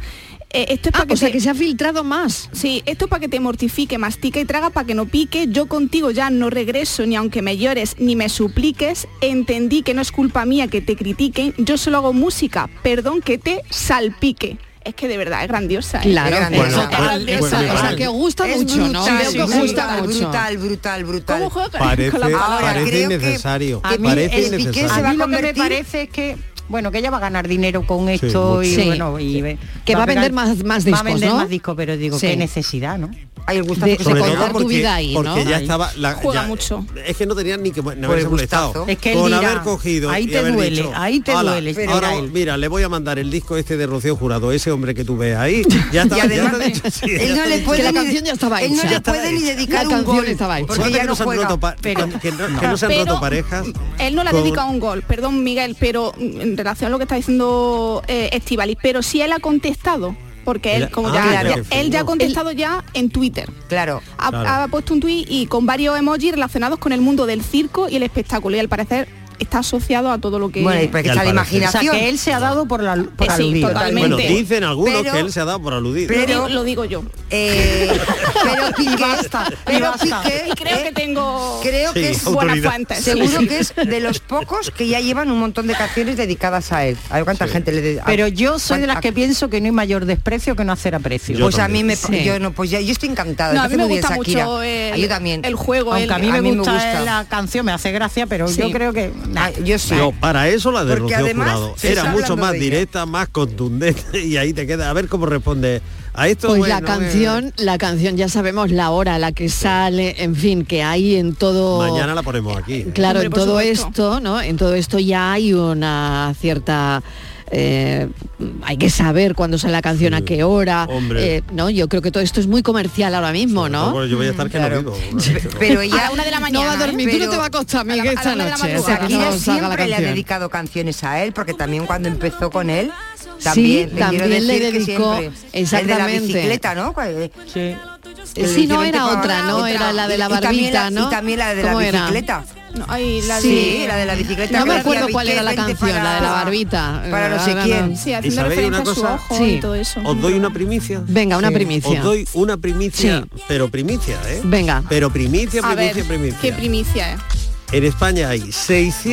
[SPEAKER 1] Eh, esto es
[SPEAKER 4] Ah,
[SPEAKER 1] para que
[SPEAKER 4] o sea,
[SPEAKER 1] te-
[SPEAKER 4] que se ha filtrado más.
[SPEAKER 1] Sí, esto es para que te mortifique, mastica y traga para que no pique. Yo contigo ya no regreso, ni aunque me llores, ni me supliques. Entendí que no es culpa mía que te critiquen. Yo solo hago música. Perdón que te salpique. Es que de verdad es grandiosa. ¿eh? pues,
[SPEAKER 4] Claro,
[SPEAKER 1] Es
[SPEAKER 4] bueno,
[SPEAKER 1] grandiosa,
[SPEAKER 4] bueno,
[SPEAKER 1] grandiosa.
[SPEAKER 4] bueno, O sea, que gusta mucho, ¿no?
[SPEAKER 7] brutal,
[SPEAKER 4] Creo que
[SPEAKER 7] brutal,
[SPEAKER 4] gusta mucho.
[SPEAKER 7] brutal, brutal, brutal.
[SPEAKER 1] ¿Cómo juega
[SPEAKER 5] Parece,
[SPEAKER 7] Ahora,
[SPEAKER 5] parece
[SPEAKER 7] creo que
[SPEAKER 5] innecesario.
[SPEAKER 8] A mí
[SPEAKER 5] Parece
[SPEAKER 8] el Piqué
[SPEAKER 5] innecesario.
[SPEAKER 8] se va a mí lo que me
[SPEAKER 7] convertir-
[SPEAKER 8] parece es que bueno, que ella va a ganar dinero con esto
[SPEAKER 4] mucho.
[SPEAKER 8] y
[SPEAKER 4] Sí.
[SPEAKER 8] bueno, y ve-
[SPEAKER 4] Que va a vender
[SPEAKER 8] pegar-
[SPEAKER 4] más- más
[SPEAKER 8] Va a
[SPEAKER 4] discos,
[SPEAKER 8] vender
[SPEAKER 4] ¿no?
[SPEAKER 8] más discos, pero digo,
[SPEAKER 4] Sí.
[SPEAKER 8] qué necesidad, ¿no?
[SPEAKER 7] Hay el gustazo
[SPEAKER 4] De-
[SPEAKER 7] que
[SPEAKER 4] de
[SPEAKER 7] se
[SPEAKER 4] contar
[SPEAKER 7] puede dar.
[SPEAKER 4] tu vida ahí, ¿no?
[SPEAKER 5] porque ya
[SPEAKER 4] Ahí.
[SPEAKER 5] estaba la-
[SPEAKER 1] Juega
[SPEAKER 5] ya-
[SPEAKER 1] mucho.
[SPEAKER 5] es que no tenían ni que ni
[SPEAKER 7] Pues
[SPEAKER 5] haberse
[SPEAKER 7] el gustazo.
[SPEAKER 5] molestado
[SPEAKER 8] Es que él
[SPEAKER 5] con
[SPEAKER 8] dirá,
[SPEAKER 5] haber cogido
[SPEAKER 8] ahí
[SPEAKER 5] y
[SPEAKER 8] te
[SPEAKER 5] haber
[SPEAKER 8] duele,
[SPEAKER 5] dicho,
[SPEAKER 8] ahí te
[SPEAKER 5] "Hala,
[SPEAKER 8] duele", dirá
[SPEAKER 5] ahora, (laughs)
[SPEAKER 8] él.
[SPEAKER 5] mira le voy a mandar el disco este de Rocío Jurado ese hombre que tú ves
[SPEAKER 8] (laughs)
[SPEAKER 5] ahí ya está
[SPEAKER 7] Y además,
[SPEAKER 5] ya te he dicho, sí, ya
[SPEAKER 7] él no
[SPEAKER 5] te he
[SPEAKER 7] le
[SPEAKER 5] dicho.
[SPEAKER 7] puede
[SPEAKER 4] Que la
[SPEAKER 7] ni-
[SPEAKER 4] canción ya estaba
[SPEAKER 7] Él no
[SPEAKER 4] hecha.
[SPEAKER 7] le puede ni dedicar
[SPEAKER 4] La
[SPEAKER 7] un
[SPEAKER 4] canción
[SPEAKER 7] gol.
[SPEAKER 4] estaba hecha.
[SPEAKER 7] Porque
[SPEAKER 5] Fíjate
[SPEAKER 7] ya
[SPEAKER 5] que
[SPEAKER 7] no
[SPEAKER 5] nos han
[SPEAKER 7] juega.
[SPEAKER 5] roto pa-
[SPEAKER 8] pero-
[SPEAKER 5] que no, que no se han
[SPEAKER 1] Pero
[SPEAKER 5] roto parejas
[SPEAKER 7] Eh,
[SPEAKER 1] Él no le ha
[SPEAKER 5] con-
[SPEAKER 1] dedicado un gol, perdón Miguel, pero mm, en relación a lo que está diciendo eh, Estíbaliz, pero sí él ha contestado, porque él,
[SPEAKER 5] Él-
[SPEAKER 1] como
[SPEAKER 5] ah,
[SPEAKER 1] ya,
[SPEAKER 5] claro,
[SPEAKER 1] ya-
[SPEAKER 5] que fue,
[SPEAKER 1] él ya ha
[SPEAKER 5] no.
[SPEAKER 1] contestado ya en Twitter.
[SPEAKER 7] Claro.
[SPEAKER 4] Ah,
[SPEAKER 1] Ha,
[SPEAKER 5] Claro.
[SPEAKER 1] ha puesto un tuit y con varios emojis relacionados con el mundo del circo y el espectáculo. Y al parecer está asociado a todo lo que.
[SPEAKER 7] Bueno, y para que
[SPEAKER 5] Y al
[SPEAKER 7] está la
[SPEAKER 5] parecer.
[SPEAKER 8] O sea,
[SPEAKER 7] imaginación.
[SPEAKER 8] que él se ha dado por la por
[SPEAKER 1] Eh, sí,
[SPEAKER 8] aludido.
[SPEAKER 1] totalmente.
[SPEAKER 5] bueno dicen algunos
[SPEAKER 7] Pero-
[SPEAKER 5] que él se ha dado por aludido
[SPEAKER 1] Lo
[SPEAKER 7] pero-
[SPEAKER 1] digo- lo digo yo.
[SPEAKER 4] (laughs)
[SPEAKER 7] Eh,
[SPEAKER 8] (laughs)
[SPEAKER 7] pero Piqué, pero Piqué,
[SPEAKER 1] Y creo
[SPEAKER 7] eh,
[SPEAKER 1] que tengo
[SPEAKER 7] creo que
[SPEAKER 5] Sí,
[SPEAKER 7] es
[SPEAKER 1] buenas
[SPEAKER 5] autoridad.
[SPEAKER 1] fuentes.
[SPEAKER 7] seguro que es de los pocos que ya llevan un montón de canciones dedicadas a él. A ver cuánta gente le de- a-
[SPEAKER 8] Pero yo soy de las
[SPEAKER 7] a-
[SPEAKER 8] que pienso que no hay mayor desprecio que no hacer aprecio.
[SPEAKER 5] Yo
[SPEAKER 7] pues a mí me
[SPEAKER 4] Sí.
[SPEAKER 7] yo no pues ya yo estoy encantada.
[SPEAKER 1] No, a mí
[SPEAKER 7] Entonces
[SPEAKER 1] me
[SPEAKER 7] muy bien,
[SPEAKER 1] gusta
[SPEAKER 7] Shakira.
[SPEAKER 1] mucho el,
[SPEAKER 7] Ah, yo también.
[SPEAKER 1] el juego.
[SPEAKER 8] Aunque
[SPEAKER 1] el-
[SPEAKER 8] a mí me
[SPEAKER 7] a mí me
[SPEAKER 8] gusta,
[SPEAKER 7] gusta.
[SPEAKER 8] la canción, me hace gracia, pero
[SPEAKER 1] Sí.
[SPEAKER 8] yo creo que
[SPEAKER 7] Ah, yo sí.
[SPEAKER 5] No, para eso la de
[SPEAKER 7] Porque
[SPEAKER 5] Rocío
[SPEAKER 7] además
[SPEAKER 5] Jurado
[SPEAKER 7] se
[SPEAKER 5] era
[SPEAKER 7] está
[SPEAKER 5] mucho
[SPEAKER 7] hablando
[SPEAKER 5] más
[SPEAKER 7] de ella.
[SPEAKER 5] directa, más contundente (laughs) y ahí te queda a ver cómo responde a esto.
[SPEAKER 4] Pues
[SPEAKER 5] bueno,
[SPEAKER 4] la
[SPEAKER 5] eh,
[SPEAKER 4] canción, la canción ya sabemos la hora a la que sale, en fin, que hay en todo
[SPEAKER 5] mañana la ponemos aquí. ¿eh?
[SPEAKER 4] Claro,
[SPEAKER 1] Hombre,
[SPEAKER 4] en
[SPEAKER 1] por
[SPEAKER 4] todo
[SPEAKER 1] supuesto.
[SPEAKER 4] esto, ¿no? En todo esto ya hay una cierta eh, hay que saber cuándo sale la canción, a qué hora,
[SPEAKER 5] Hombre.
[SPEAKER 4] eh, ¿no? Yo creo que todo esto es muy comercial ahora mismo,
[SPEAKER 5] No,
[SPEAKER 4] ¿no?
[SPEAKER 5] bueno, yo voy a estar que
[SPEAKER 7] (laughs) Claro.
[SPEAKER 5] no vivo.
[SPEAKER 7] Pero
[SPEAKER 1] a
[SPEAKER 7] ella
[SPEAKER 1] la una de la
[SPEAKER 4] (laughs) No
[SPEAKER 1] mañana.
[SPEAKER 4] va a dormir,
[SPEAKER 1] ¿eh?
[SPEAKER 4] tú no
[SPEAKER 7] pero-
[SPEAKER 4] te va a costar, Miguel,
[SPEAKER 1] a la
[SPEAKER 4] esta
[SPEAKER 1] una de la
[SPEAKER 4] noche.
[SPEAKER 1] madrugada.
[SPEAKER 4] hasta que no
[SPEAKER 7] Shakira
[SPEAKER 4] salga la
[SPEAKER 7] siempre le ha
[SPEAKER 4] canción.
[SPEAKER 7] dedicado canciones a él, porque también cuando empezó con él, también, te quiero
[SPEAKER 4] también
[SPEAKER 7] decir
[SPEAKER 4] le
[SPEAKER 7] que
[SPEAKER 4] dedicó-
[SPEAKER 7] siempre. El de
[SPEAKER 4] exactamente.
[SPEAKER 7] la bicicleta, ¿no? Eh,
[SPEAKER 8] Sí.
[SPEAKER 7] que le
[SPEAKER 4] Sí, no
[SPEAKER 7] hicieron
[SPEAKER 4] era
[SPEAKER 7] que-
[SPEAKER 4] otra, no era la de la
[SPEAKER 7] Y- y también
[SPEAKER 4] barbita,
[SPEAKER 7] la-
[SPEAKER 4] ¿no?
[SPEAKER 7] Y también la de la
[SPEAKER 4] ¿Cómo era?
[SPEAKER 7] bicicleta.
[SPEAKER 1] No, ay, la
[SPEAKER 7] Sí,
[SPEAKER 1] de-
[SPEAKER 7] la de la bicicleta.
[SPEAKER 4] No
[SPEAKER 7] que
[SPEAKER 4] me
[SPEAKER 7] decía,
[SPEAKER 4] acuerdo cuál
[SPEAKER 7] Piqué,
[SPEAKER 4] era la
[SPEAKER 7] vente
[SPEAKER 4] canción,
[SPEAKER 7] para-
[SPEAKER 4] la de la barbita.
[SPEAKER 7] Para no sé
[SPEAKER 4] Ahora
[SPEAKER 7] quién.
[SPEAKER 1] Sí, haciendo
[SPEAKER 5] ¿Y sabéis
[SPEAKER 1] referencia
[SPEAKER 5] una
[SPEAKER 1] a su
[SPEAKER 5] cosa?
[SPEAKER 1] ojo
[SPEAKER 4] Sí.
[SPEAKER 1] y todo eso.
[SPEAKER 5] Os doy una primicia.
[SPEAKER 4] Venga, una
[SPEAKER 8] Sí.
[SPEAKER 4] primicia.
[SPEAKER 5] Os doy una primicia,
[SPEAKER 4] Sí.
[SPEAKER 5] pero primicia, ¿eh?
[SPEAKER 4] Venga.
[SPEAKER 5] Pero primicia,
[SPEAKER 1] A ver,
[SPEAKER 5] primicia, primicia.
[SPEAKER 1] qué primicia eh. es.
[SPEAKER 5] en España hay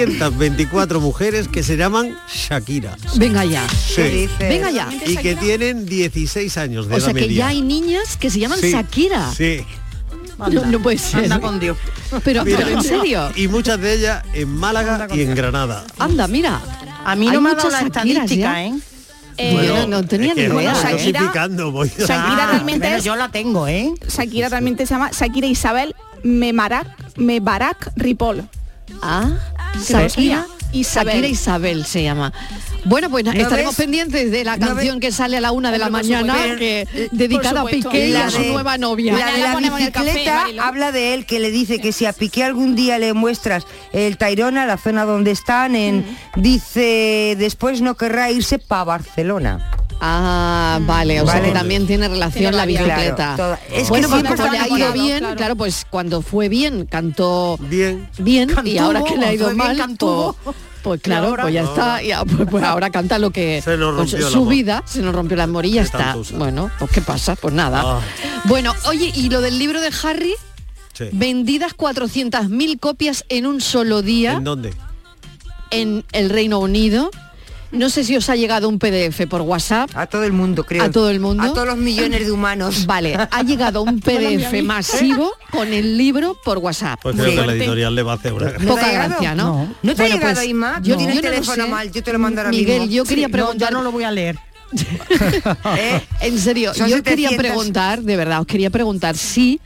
[SPEAKER 5] 624 mujeres que se llaman Shakira.
[SPEAKER 4] Venga ya.
[SPEAKER 7] ¿Qué dices?
[SPEAKER 4] Venga ya.
[SPEAKER 5] Y que tienen 16 años de
[SPEAKER 4] O
[SPEAKER 5] edad
[SPEAKER 4] sea que
[SPEAKER 5] media.
[SPEAKER 4] ya hay niñas que se llaman
[SPEAKER 5] Sí,
[SPEAKER 4] Shakira.
[SPEAKER 5] Sí.
[SPEAKER 4] No, no puede ser.
[SPEAKER 8] Anda con Dios.
[SPEAKER 4] Pero, pero en serio.
[SPEAKER 5] Y muchas de ellas en Málaga y en Granada.
[SPEAKER 4] Anda, mira.
[SPEAKER 8] A mí no
[SPEAKER 4] Hay
[SPEAKER 8] me ha dado
[SPEAKER 4] muchas
[SPEAKER 8] la
[SPEAKER 4] Shakiras
[SPEAKER 8] estadística,
[SPEAKER 4] ya.
[SPEAKER 8] ¿eh?
[SPEAKER 1] Eh,
[SPEAKER 4] Bueno, Yo no tenía
[SPEAKER 5] es que
[SPEAKER 4] ni
[SPEAKER 5] no,
[SPEAKER 4] idea,
[SPEAKER 5] no, yo
[SPEAKER 1] ¿eh?
[SPEAKER 5] estoy picando, voy. Ah,
[SPEAKER 1] Shakira realmente
[SPEAKER 8] bueno,
[SPEAKER 1] es-
[SPEAKER 8] Ah, yo la tengo, ¿eh?
[SPEAKER 1] Shakira realmente se llama Shakira Isabel Memarak, Mebarak Ripoll.
[SPEAKER 4] Ah,
[SPEAKER 1] Que no
[SPEAKER 4] Shakira.
[SPEAKER 1] sabía. Isabel.
[SPEAKER 4] Shakira Isabel se llama. Bueno, pues
[SPEAKER 7] ves?
[SPEAKER 4] estaremos pendientes de la
[SPEAKER 7] ¿No
[SPEAKER 4] canción que sale a la una de la
[SPEAKER 1] Hombre, por
[SPEAKER 4] mañana,
[SPEAKER 1] supuesto.
[SPEAKER 4] que-
[SPEAKER 7] eh,
[SPEAKER 1] Pero-
[SPEAKER 4] dedicada a
[SPEAKER 1] por supuesto.
[SPEAKER 4] Piqué y
[SPEAKER 1] La
[SPEAKER 4] a su
[SPEAKER 1] de-
[SPEAKER 4] nueva novia.
[SPEAKER 7] La de
[SPEAKER 1] Mañana
[SPEAKER 7] la
[SPEAKER 1] ponemos en el café,
[SPEAKER 7] bicicleta
[SPEAKER 1] Mariló.
[SPEAKER 7] habla de él que le dice que si a Piqué algún día le muestras el Tairona, la zona donde están, en, dice después no querrá irse para Barcelona.
[SPEAKER 4] Ah, vale, o sea
[SPEAKER 7] Vale.
[SPEAKER 4] que también tiene relación
[SPEAKER 1] Tiene
[SPEAKER 4] la
[SPEAKER 1] varias.
[SPEAKER 7] Claro,
[SPEAKER 4] bicicleta.
[SPEAKER 7] toda- es que
[SPEAKER 4] bueno,
[SPEAKER 7] sí,
[SPEAKER 4] pues
[SPEAKER 7] no
[SPEAKER 4] como
[SPEAKER 7] está
[SPEAKER 4] le ha ido
[SPEAKER 1] enamorado,
[SPEAKER 4] bien, claro.
[SPEAKER 1] claro.
[SPEAKER 4] pues cuando fue bien cantó
[SPEAKER 5] Bien.
[SPEAKER 4] bien y
[SPEAKER 8] Cantuvo,
[SPEAKER 4] ahora que le ha ido
[SPEAKER 8] fue bien,
[SPEAKER 4] mal,
[SPEAKER 8] cantuvo.
[SPEAKER 4] pues, pues
[SPEAKER 8] Y
[SPEAKER 4] claro,
[SPEAKER 8] ahora-
[SPEAKER 4] pues ya está, ya, pues, pues ahora canta lo que
[SPEAKER 5] Se nos
[SPEAKER 4] pues,
[SPEAKER 5] rompió el
[SPEAKER 4] su
[SPEAKER 5] amor.
[SPEAKER 4] vida, se nos rompió la amor y ya
[SPEAKER 5] Qué
[SPEAKER 4] está.
[SPEAKER 5] tanto usa.
[SPEAKER 4] Bueno, pues qué pasa, pues nada.
[SPEAKER 5] Ah.
[SPEAKER 4] Bueno, oye, y lo del libro de Harry,
[SPEAKER 5] Sí.
[SPEAKER 4] vendidas 400.000 copias en un solo día
[SPEAKER 5] ¿En dónde?
[SPEAKER 4] en el Reino Unido. No sé si os ha llegado un PDF por WhatsApp.
[SPEAKER 7] A todo el mundo, creo.
[SPEAKER 4] ¿A todo el mundo?
[SPEAKER 7] A todos los millones de humanos.
[SPEAKER 4] Vale, ha
[SPEAKER 7] (laughs)
[SPEAKER 4] llegado un PDF masivo con el libro por WhatsApp.
[SPEAKER 5] Pues
[SPEAKER 7] Muy
[SPEAKER 5] creo que la
[SPEAKER 7] fuerte.
[SPEAKER 5] editorial le va a hacer una
[SPEAKER 7] ¿No te
[SPEAKER 4] Poca
[SPEAKER 7] ha llegado?
[SPEAKER 4] gracia, ¿no?
[SPEAKER 8] No.
[SPEAKER 7] ¿No te ha llegado,
[SPEAKER 4] pues,
[SPEAKER 7] Inma?
[SPEAKER 4] yo-
[SPEAKER 7] Tiene el
[SPEAKER 4] yo no lo
[SPEAKER 7] teléfono
[SPEAKER 4] sé.
[SPEAKER 7] mal, yo te lo mando ahora
[SPEAKER 4] Miguel,
[SPEAKER 7] mismo.
[SPEAKER 4] yo quería
[SPEAKER 8] Sí, no, yo
[SPEAKER 4] preguntar...
[SPEAKER 8] no lo voy a
[SPEAKER 4] (laughs)
[SPEAKER 8] leer.
[SPEAKER 7] ¿Eh?
[SPEAKER 4] En serio, yo
[SPEAKER 7] Son
[SPEAKER 4] quería
[SPEAKER 7] 700.
[SPEAKER 4] preguntar, de verdad, os quería preguntar si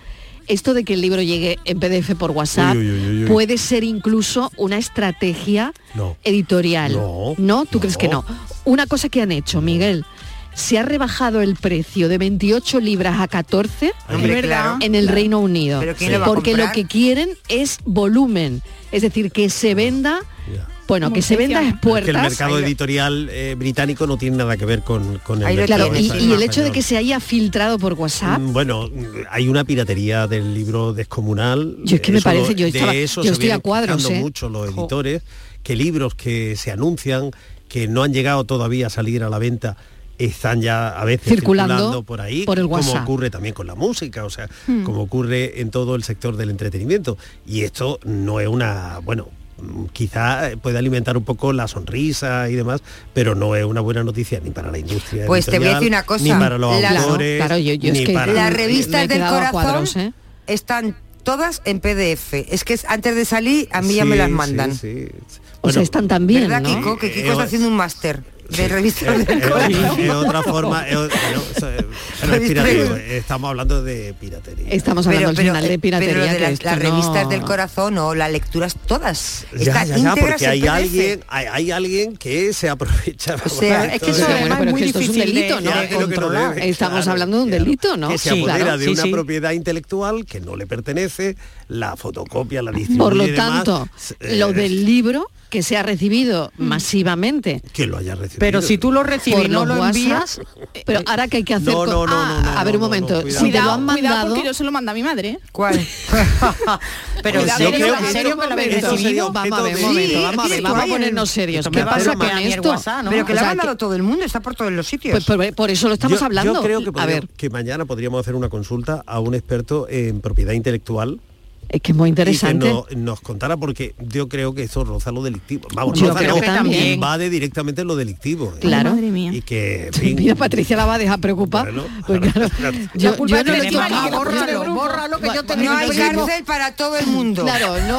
[SPEAKER 4] esto de que el libro llegue en PDF por WhatsApp
[SPEAKER 5] Uy, uy, uy, uy, uy.
[SPEAKER 4] puede ser incluso una estrategia
[SPEAKER 5] No.
[SPEAKER 4] editorial.
[SPEAKER 5] No,
[SPEAKER 4] ¿Tú crees que no?
[SPEAKER 5] no.
[SPEAKER 4] Una cosa que han hecho, Miguel, se ha rebajado el precio de 28 libras a 14
[SPEAKER 7] Hombre,
[SPEAKER 1] verdad.
[SPEAKER 7] claro.
[SPEAKER 4] en el Reino Unido.
[SPEAKER 7] Pero ¿quién lo va a
[SPEAKER 4] porque lo
[SPEAKER 7] comprar?
[SPEAKER 4] que quieren es volumen, es decir, que se venda,
[SPEAKER 5] Ya.
[SPEAKER 4] bueno,
[SPEAKER 1] Como
[SPEAKER 4] que se venda
[SPEAKER 1] especial.
[SPEAKER 4] es puertas.
[SPEAKER 5] que el mercado editorial eh, británico no tiene nada que ver con, con el
[SPEAKER 7] Ahí lo
[SPEAKER 4] Claro,
[SPEAKER 5] mercado
[SPEAKER 4] y,
[SPEAKER 7] Sí,
[SPEAKER 4] y el
[SPEAKER 7] sí.
[SPEAKER 4] hecho de que se haya filtrado por WhatsApp,
[SPEAKER 5] Mm, Bueno, mm, hay una piratería del libro descomunal.
[SPEAKER 4] Yo es que me parece, yo
[SPEAKER 5] de
[SPEAKER 4] estaba-
[SPEAKER 5] eso
[SPEAKER 4] yo
[SPEAKER 5] se
[SPEAKER 4] estoy
[SPEAKER 5] vienen
[SPEAKER 4] a cuadros,
[SPEAKER 5] quejando
[SPEAKER 4] ¿eh?
[SPEAKER 5] mucho los editores, que libros que se anuncian, que no han llegado todavía a salir a la venta, están ya a veces
[SPEAKER 4] Circulando
[SPEAKER 5] circulando, por ahí,
[SPEAKER 4] por el
[SPEAKER 5] como
[SPEAKER 4] WhatsApp.
[SPEAKER 5] ocurre también con la música, o sea,
[SPEAKER 4] Hmm.
[SPEAKER 5] como ocurre en todo el sector del entretenimiento. Y esto no es una, bueno, mm, quizá puede alimentar un poco la sonrisa y demás, pero no es una buena noticia ni para la industria.
[SPEAKER 7] Pues te voy a
[SPEAKER 5] editorial,
[SPEAKER 7] decir una cosa.
[SPEAKER 5] Ni para los
[SPEAKER 7] Las-
[SPEAKER 5] autores,
[SPEAKER 4] Claro, yo- yo es
[SPEAKER 5] ni
[SPEAKER 4] que-
[SPEAKER 5] para-
[SPEAKER 7] Las
[SPEAKER 4] me- me
[SPEAKER 7] revistas
[SPEAKER 4] he
[SPEAKER 7] del
[SPEAKER 4] quedado a
[SPEAKER 7] corazón
[SPEAKER 4] cuadros, ¿eh?
[SPEAKER 7] están todas en PDF. Es que es- antes de salir a mí ya me las
[SPEAKER 5] Sí,
[SPEAKER 7] mandan.
[SPEAKER 5] sí, sí.
[SPEAKER 4] o sea, están también,
[SPEAKER 7] ¿Verdad,
[SPEAKER 4] ¿no?
[SPEAKER 7] Kiko? Que Kiko está
[SPEAKER 5] Eh,
[SPEAKER 7] haciendo un máster de revistas del
[SPEAKER 5] Es
[SPEAKER 7] corazón.
[SPEAKER 5] es eh, otra forma, eh, es o- bueno, eso
[SPEAKER 4] (laughs)
[SPEAKER 5] es- bueno, es pirativo, estamos hablando de piratería.
[SPEAKER 4] Estamos hablando al final de piratería.
[SPEAKER 7] pero lo de
[SPEAKER 4] que
[SPEAKER 7] las,
[SPEAKER 4] esto
[SPEAKER 7] las
[SPEAKER 4] no-
[SPEAKER 7] revistas del corazón o las lecturas todas.
[SPEAKER 5] Ya,
[SPEAKER 7] están
[SPEAKER 5] ya, ya,
[SPEAKER 7] íntegras
[SPEAKER 5] porque
[SPEAKER 7] en
[SPEAKER 5] hay
[SPEAKER 7] PDF.
[SPEAKER 5] alguien, hay, hay alguien que se aprovecha. O
[SPEAKER 7] sea, es que eso
[SPEAKER 4] Bueno, pero es que esto es un delito, ¿no?
[SPEAKER 5] Controlar.
[SPEAKER 4] Estamos hablando de un delito, ¿no?
[SPEAKER 5] Que se
[SPEAKER 4] Sí,
[SPEAKER 5] apodera
[SPEAKER 4] claro,
[SPEAKER 5] de
[SPEAKER 4] sí,
[SPEAKER 5] una
[SPEAKER 4] sí.
[SPEAKER 5] propiedad intelectual que no le pertenece, la fotocopia, la distribuye
[SPEAKER 4] Por lo
[SPEAKER 5] y demás,
[SPEAKER 4] tanto,
[SPEAKER 5] eh,
[SPEAKER 4] lo del libro que se ha recibido masivamente.
[SPEAKER 5] Que lo haya recibido.
[SPEAKER 8] Pero si tú lo recibes
[SPEAKER 4] por
[SPEAKER 8] y no
[SPEAKER 4] los
[SPEAKER 8] lo
[SPEAKER 4] WhatsApp,
[SPEAKER 8] envías,
[SPEAKER 4] Pero ahora que hay que hacer
[SPEAKER 5] eh, No,
[SPEAKER 4] con-
[SPEAKER 5] no, no,
[SPEAKER 4] Ah,
[SPEAKER 5] no, no,
[SPEAKER 4] a ver un
[SPEAKER 5] no, no,
[SPEAKER 4] momento,
[SPEAKER 5] cuidado.
[SPEAKER 4] si te lo
[SPEAKER 1] Cuidado
[SPEAKER 4] han mandado
[SPEAKER 1] porque yo se lo mando a mi madre. ¿eh?
[SPEAKER 7] ¿Cuál?
[SPEAKER 8] (laughs) pero
[SPEAKER 5] Yo
[SPEAKER 8] ¿en serio,
[SPEAKER 5] creo
[SPEAKER 8] ¿En
[SPEAKER 5] que
[SPEAKER 8] serio
[SPEAKER 5] esto-
[SPEAKER 8] que lo habéis
[SPEAKER 5] esto sería
[SPEAKER 8] recibido?
[SPEAKER 4] Vamos
[SPEAKER 5] objeto
[SPEAKER 4] a ver,
[SPEAKER 5] de-
[SPEAKER 4] un momento,
[SPEAKER 7] Sí,
[SPEAKER 4] vamos a
[SPEAKER 7] sí,
[SPEAKER 4] ver, vamos a
[SPEAKER 7] esto
[SPEAKER 4] ponernos
[SPEAKER 7] me
[SPEAKER 4] serios.
[SPEAKER 8] va
[SPEAKER 4] ¿Qué
[SPEAKER 8] a
[SPEAKER 4] pasa
[SPEAKER 8] mandar
[SPEAKER 4] con
[SPEAKER 8] a mí el
[SPEAKER 4] esto?
[SPEAKER 8] WhatsApp, ¿no?
[SPEAKER 7] Pero que
[SPEAKER 4] O
[SPEAKER 7] la
[SPEAKER 4] sea,
[SPEAKER 7] ha mandado todo el mundo, está por todos los sitios.
[SPEAKER 4] Pues por, por eso lo estamos
[SPEAKER 5] yo,
[SPEAKER 4] hablando.
[SPEAKER 5] Yo creo que,
[SPEAKER 4] a
[SPEAKER 5] podríamos-
[SPEAKER 4] ver,
[SPEAKER 5] que mañana podríamos hacer una consulta a un experto en propiedad intelectual
[SPEAKER 4] es que es muy interesante.
[SPEAKER 5] Y que no- nos contara porque yo creo que eso roza lo delictivo. Vamos,
[SPEAKER 4] Yo
[SPEAKER 5] roza
[SPEAKER 4] creo
[SPEAKER 5] no,
[SPEAKER 4] que también.
[SPEAKER 5] invade directamente lo delictivo. ¿eh?
[SPEAKER 4] Claro.
[SPEAKER 1] Madre mía.
[SPEAKER 5] Y que, en fin,
[SPEAKER 4] Mira, Patricia la va a dejar preocupada.
[SPEAKER 5] bueno,
[SPEAKER 4] (laughs)
[SPEAKER 5] (laughs)
[SPEAKER 4] Pues claro, yo, yo no le quiero-
[SPEAKER 8] Mari, que la
[SPEAKER 4] bórralo,
[SPEAKER 8] puso en el grupo.
[SPEAKER 4] bórralo, que yo te-
[SPEAKER 7] no hay
[SPEAKER 4] pues mismo-
[SPEAKER 7] cárcel para todo el mundo.
[SPEAKER 4] Claro, no.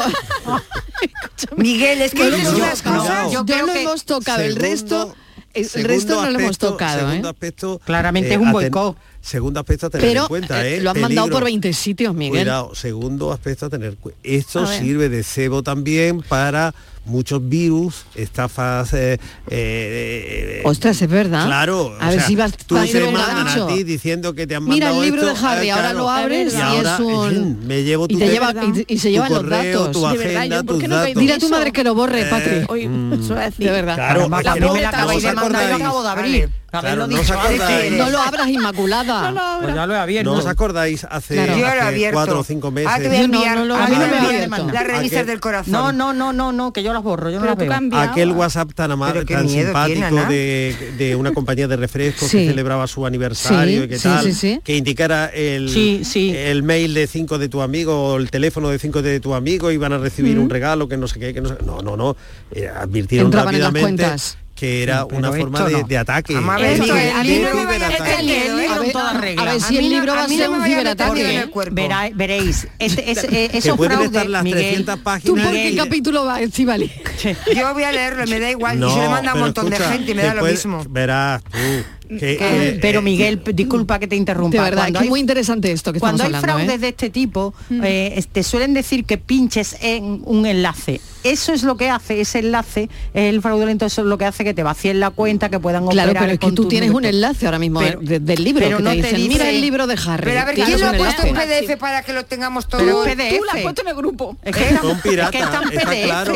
[SPEAKER 4] (laughs)
[SPEAKER 7] Miguel, es que
[SPEAKER 4] Yo-
[SPEAKER 7] dices
[SPEAKER 5] yo-
[SPEAKER 7] unas
[SPEAKER 5] cuidado.
[SPEAKER 7] cosas.
[SPEAKER 4] Yo
[SPEAKER 8] yo
[SPEAKER 4] ya
[SPEAKER 8] creo
[SPEAKER 4] lo
[SPEAKER 8] que-
[SPEAKER 4] hemos tocado, el
[SPEAKER 5] Segundo-
[SPEAKER 4] resto, el
[SPEAKER 5] segundo
[SPEAKER 4] resto no lo hemos
[SPEAKER 5] aspecto-
[SPEAKER 4] tocado, ¿eh?
[SPEAKER 5] segundo aspecto,
[SPEAKER 8] Claramente es un
[SPEAKER 5] a ten-
[SPEAKER 8] boicot.
[SPEAKER 5] Segundo aspecto a tener en
[SPEAKER 4] Pero
[SPEAKER 5] cuenta,
[SPEAKER 4] eh,
[SPEAKER 5] ¿eh?
[SPEAKER 4] lo han mandado
[SPEAKER 5] Peligro.
[SPEAKER 4] por 20 sitios, Miguel.
[SPEAKER 5] Cuidado, segundo aspecto a tener cu- Esto
[SPEAKER 1] A ver.
[SPEAKER 5] sirve de cebo también para muchos virus, estafas... eh, eh,
[SPEAKER 4] Ostras, es verdad.
[SPEAKER 5] Claro,
[SPEAKER 4] A
[SPEAKER 5] o
[SPEAKER 4] ver
[SPEAKER 5] sea,
[SPEAKER 4] si vas
[SPEAKER 5] tú
[SPEAKER 4] vas
[SPEAKER 5] te
[SPEAKER 4] por
[SPEAKER 5] mandan
[SPEAKER 4] gancho.
[SPEAKER 5] a ti diciendo que te han
[SPEAKER 4] Mira
[SPEAKER 5] mandado
[SPEAKER 4] el libro
[SPEAKER 5] esto,
[SPEAKER 4] de Harry,
[SPEAKER 5] eh,
[SPEAKER 4] ahora
[SPEAKER 5] claro.
[SPEAKER 4] lo abres y,
[SPEAKER 5] Y ahora,
[SPEAKER 4] es un
[SPEAKER 5] en fin, me llevo
[SPEAKER 4] y
[SPEAKER 5] tu
[SPEAKER 4] te
[SPEAKER 5] te-
[SPEAKER 4] lleva y, y se
[SPEAKER 5] tu
[SPEAKER 4] llevan los
[SPEAKER 5] correo,
[SPEAKER 4] datos.
[SPEAKER 5] tu
[SPEAKER 1] De verdad,
[SPEAKER 5] agenda,
[SPEAKER 1] yo, ¿por
[SPEAKER 5] tus
[SPEAKER 1] qué no caigo en
[SPEAKER 5] datos.
[SPEAKER 4] Dile a tu
[SPEAKER 1] Eso.
[SPEAKER 4] madre que lo borre, Patri.
[SPEAKER 1] Hoy, eso va a decir.
[SPEAKER 4] De verdad.
[SPEAKER 5] Claro,
[SPEAKER 8] Caramba,
[SPEAKER 5] es que
[SPEAKER 8] la
[SPEAKER 5] no,
[SPEAKER 8] pobre la
[SPEAKER 5] no
[SPEAKER 8] acabáis
[SPEAKER 5] os
[SPEAKER 8] de mandar y lo
[SPEAKER 5] acordáis.
[SPEAKER 8] acabo de abrir.
[SPEAKER 5] Claro,
[SPEAKER 8] Haberlo
[SPEAKER 5] no os
[SPEAKER 8] dicho antes.
[SPEAKER 5] acordáis.
[SPEAKER 4] No lo abras, Inmaculada.
[SPEAKER 8] Pues ya lo he abierto.
[SPEAKER 5] ¿No os acordáis hace,
[SPEAKER 4] Claro.
[SPEAKER 7] Yo lo he
[SPEAKER 5] hace
[SPEAKER 7] abierto.
[SPEAKER 5] cuatro o cinco meses?
[SPEAKER 7] Ah, te voy a
[SPEAKER 4] Yo no,
[SPEAKER 7] enviar
[SPEAKER 4] no lo-
[SPEAKER 7] ah,
[SPEAKER 8] a mí no
[SPEAKER 7] te
[SPEAKER 8] me
[SPEAKER 7] voy a
[SPEAKER 8] lo
[SPEAKER 7] enviar
[SPEAKER 8] mandan.
[SPEAKER 7] las
[SPEAKER 5] ¿A
[SPEAKER 7] revistas
[SPEAKER 5] qué?
[SPEAKER 7] del corazón.
[SPEAKER 8] No, no, no, no, no, que yo las borro,
[SPEAKER 4] Ah,
[SPEAKER 8] yo no
[SPEAKER 1] Pero
[SPEAKER 8] las
[SPEAKER 1] tú
[SPEAKER 8] veo.
[SPEAKER 1] cambiabas.
[SPEAKER 5] Aquel WhatsApp tan, ama-
[SPEAKER 7] Pero qué
[SPEAKER 5] tan
[SPEAKER 7] miedo tiene,
[SPEAKER 5] simpático
[SPEAKER 7] Ana.
[SPEAKER 5] de, de una compañía de refrescos
[SPEAKER 4] Sí.
[SPEAKER 5] que celebraba su aniversario
[SPEAKER 4] Sí,
[SPEAKER 5] y que
[SPEAKER 4] sí,
[SPEAKER 5] tal,
[SPEAKER 4] sí, sí.
[SPEAKER 5] que indicara el,
[SPEAKER 8] Sí, sí.
[SPEAKER 5] el mail de cinco de tu amigo o el teléfono de cinco de tu amigo y van a recibir un regalo que no sé qué, que no sé- No, no, no. eh, advirtieron
[SPEAKER 4] Entraban en las
[SPEAKER 5] rápidamente
[SPEAKER 4] cuentas.
[SPEAKER 5] que era
[SPEAKER 8] Pero
[SPEAKER 5] una
[SPEAKER 8] esto
[SPEAKER 5] forma de,
[SPEAKER 8] no.
[SPEAKER 5] de ataque.
[SPEAKER 7] Vamos a ver,
[SPEAKER 5] Era
[SPEAKER 4] Esto
[SPEAKER 5] de
[SPEAKER 4] es- a mí no me
[SPEAKER 5] ciberataque.
[SPEAKER 7] vayas a meter miedo, ¿eh?
[SPEAKER 8] Con
[SPEAKER 4] A ver,
[SPEAKER 8] toda regla.
[SPEAKER 4] a ver
[SPEAKER 7] A
[SPEAKER 4] si
[SPEAKER 7] mí
[SPEAKER 4] el
[SPEAKER 7] no-
[SPEAKER 4] libro
[SPEAKER 7] a
[SPEAKER 4] va a
[SPEAKER 7] mí no
[SPEAKER 4] ser
[SPEAKER 7] me vaya
[SPEAKER 4] un
[SPEAKER 7] a meter miedo en
[SPEAKER 4] ciberataque.
[SPEAKER 7] el cuerpo.
[SPEAKER 8] Verá- veréis,
[SPEAKER 5] (laughs)
[SPEAKER 8] este, es- eh, esos
[SPEAKER 5] pueden
[SPEAKER 8] fraudes,
[SPEAKER 5] estar las
[SPEAKER 8] Miguel.
[SPEAKER 5] 300 páginas.
[SPEAKER 4] ¿Tú por qué
[SPEAKER 5] y-
[SPEAKER 4] capítulo vas, Estivali?
[SPEAKER 7] Yo (laughs) voy a leerlo, me da igual. y se le manda a un
[SPEAKER 5] pero
[SPEAKER 7] montón
[SPEAKER 5] escucha,
[SPEAKER 7] de gente y me
[SPEAKER 5] que
[SPEAKER 7] da lo
[SPEAKER 5] puede-
[SPEAKER 7] mismo.
[SPEAKER 5] Verás tú. que,
[SPEAKER 8] Eh,
[SPEAKER 5] eh,
[SPEAKER 8] Pero
[SPEAKER 5] eh,
[SPEAKER 8] Miguel, p- disculpa que te interrumpa.
[SPEAKER 4] De verdad,
[SPEAKER 8] cuando
[SPEAKER 4] que es
[SPEAKER 8] hay-
[SPEAKER 4] muy interesante esto que
[SPEAKER 8] cuando hay
[SPEAKER 4] estamos hablando.
[SPEAKER 8] fraudes
[SPEAKER 4] ¿eh?
[SPEAKER 8] de este tipo, eh, es- te suelen decir que pinches en un enlace. Eso es lo que hace, ese enlace es el fraudulento, eso es lo que hace que te vacíen la cuenta, que puedan operar
[SPEAKER 4] Claro, pero es que
[SPEAKER 8] con
[SPEAKER 4] tú
[SPEAKER 8] tus
[SPEAKER 4] tienes un
[SPEAKER 8] números.
[SPEAKER 4] enlace ahora mismo
[SPEAKER 8] Pero-
[SPEAKER 4] de- del libro
[SPEAKER 8] pero
[SPEAKER 4] que
[SPEAKER 8] no
[SPEAKER 4] te
[SPEAKER 8] te
[SPEAKER 4] dicen,
[SPEAKER 8] dice-
[SPEAKER 4] mira el libro de Harry.
[SPEAKER 7] Pero a ver,
[SPEAKER 4] tienes
[SPEAKER 7] ¿quién lo
[SPEAKER 4] un
[SPEAKER 7] ha puesto en
[SPEAKER 4] enlace.
[SPEAKER 7] PDF para que lo tengamos
[SPEAKER 8] Pero
[SPEAKER 7] todo?
[SPEAKER 8] es PDF.
[SPEAKER 1] Tú la has puesto en el grupo.
[SPEAKER 8] Es que está-
[SPEAKER 5] Son
[SPEAKER 8] es que
[SPEAKER 5] piratas,
[SPEAKER 8] está en
[SPEAKER 5] está
[SPEAKER 8] PDF.
[SPEAKER 5] claro.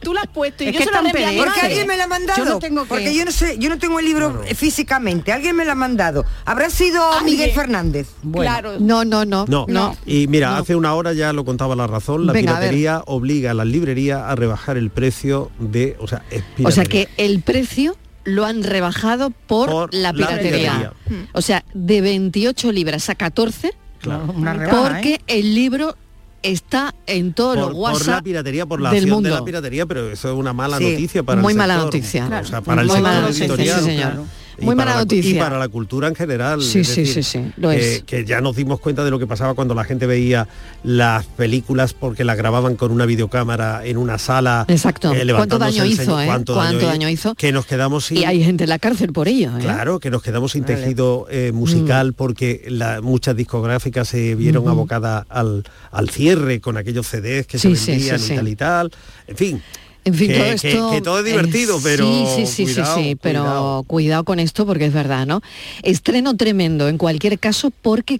[SPEAKER 1] Tú la has puesto y
[SPEAKER 8] Es
[SPEAKER 1] yo
[SPEAKER 8] que
[SPEAKER 1] se lo
[SPEAKER 8] está en
[SPEAKER 1] reenvié a mi
[SPEAKER 8] PDF.
[SPEAKER 7] Porque
[SPEAKER 1] madre.
[SPEAKER 7] alguien me lo ha mandado.
[SPEAKER 8] Yo no tengo que-
[SPEAKER 7] Porque yo no sé, yo no tengo el libro eh, físicamente. Alguien me lo ha mandado. Habrá sido Miguel
[SPEAKER 1] Miguel.
[SPEAKER 7] Fernández.
[SPEAKER 1] Claro.
[SPEAKER 4] No, no, no.
[SPEAKER 5] No.
[SPEAKER 4] no.
[SPEAKER 5] Y mira, hace una hora ya lo contaba la razón, la
[SPEAKER 4] Venga, a ver.
[SPEAKER 5] piratería obliga a las librerías a rebajar el precio de, o sea, es
[SPEAKER 4] O sea
[SPEAKER 5] piratería.
[SPEAKER 4] que el precio lo han rebajado por,
[SPEAKER 5] Por la
[SPEAKER 4] la piratería.
[SPEAKER 5] piratería.
[SPEAKER 8] Hmm.
[SPEAKER 4] O sea, de 28 libras a 14
[SPEAKER 5] Claro.
[SPEAKER 8] Una rebaja,
[SPEAKER 4] porque
[SPEAKER 8] ¿eh?
[SPEAKER 4] el libro está en
[SPEAKER 5] Por,
[SPEAKER 4] todos los
[SPEAKER 5] por la
[SPEAKER 4] WhatsApp
[SPEAKER 5] piratería, por la
[SPEAKER 4] del
[SPEAKER 5] acción
[SPEAKER 4] mundo.
[SPEAKER 5] de la piratería, pero eso es una mala
[SPEAKER 7] Sí,
[SPEAKER 5] noticia para
[SPEAKER 4] muy
[SPEAKER 5] el
[SPEAKER 4] mala
[SPEAKER 5] sector,
[SPEAKER 4] noticia.
[SPEAKER 5] O sea, para el
[SPEAKER 4] Muy
[SPEAKER 5] sector
[SPEAKER 4] mala noticia, sí,
[SPEAKER 5] editorial.
[SPEAKER 4] señor.
[SPEAKER 5] claro. Y
[SPEAKER 4] Muy
[SPEAKER 5] para
[SPEAKER 4] mala
[SPEAKER 5] la cu-
[SPEAKER 4] noticia.
[SPEAKER 5] Y para la cultura en general.
[SPEAKER 4] Sí,
[SPEAKER 5] es
[SPEAKER 4] sí, sí, sí, lo
[SPEAKER 5] que,
[SPEAKER 4] es.
[SPEAKER 5] que ya nos dimos cuenta de lo que pasaba cuando la gente veía las películas porque las grababan con una videocámara en una sala.
[SPEAKER 4] Exacto. ¿Cuánto
[SPEAKER 5] Eh, levantándose
[SPEAKER 4] daño
[SPEAKER 5] el
[SPEAKER 4] hizo,
[SPEAKER 5] ceño-
[SPEAKER 4] eh? ¿Cuánto daño hizo?
[SPEAKER 5] Que nos quedamos sin...
[SPEAKER 4] y hay gente en la cárcel por ello. ¿eh? Mm.
[SPEAKER 5] Claro, que nos quedamos sin tejido eh, musical porque la- muchas discográficas se vieron abocadas al, al cierre con aquellos CDs que
[SPEAKER 4] Sí, sí,
[SPEAKER 5] se vendían
[SPEAKER 4] sí, sí.
[SPEAKER 5] y tal y tal. En fin,
[SPEAKER 4] En fin,
[SPEAKER 5] que,
[SPEAKER 4] todo
[SPEAKER 5] que-
[SPEAKER 4] esto...
[SPEAKER 5] que todo es
[SPEAKER 4] eh,
[SPEAKER 5] divertido,
[SPEAKER 4] sí,
[SPEAKER 5] pero
[SPEAKER 4] Sí, sí, sí,
[SPEAKER 5] cuidado,
[SPEAKER 4] sí, pero
[SPEAKER 5] cuidado.
[SPEAKER 4] cuidado. con esto porque es verdad, ¿no? Estreno tremendo en cualquier caso porque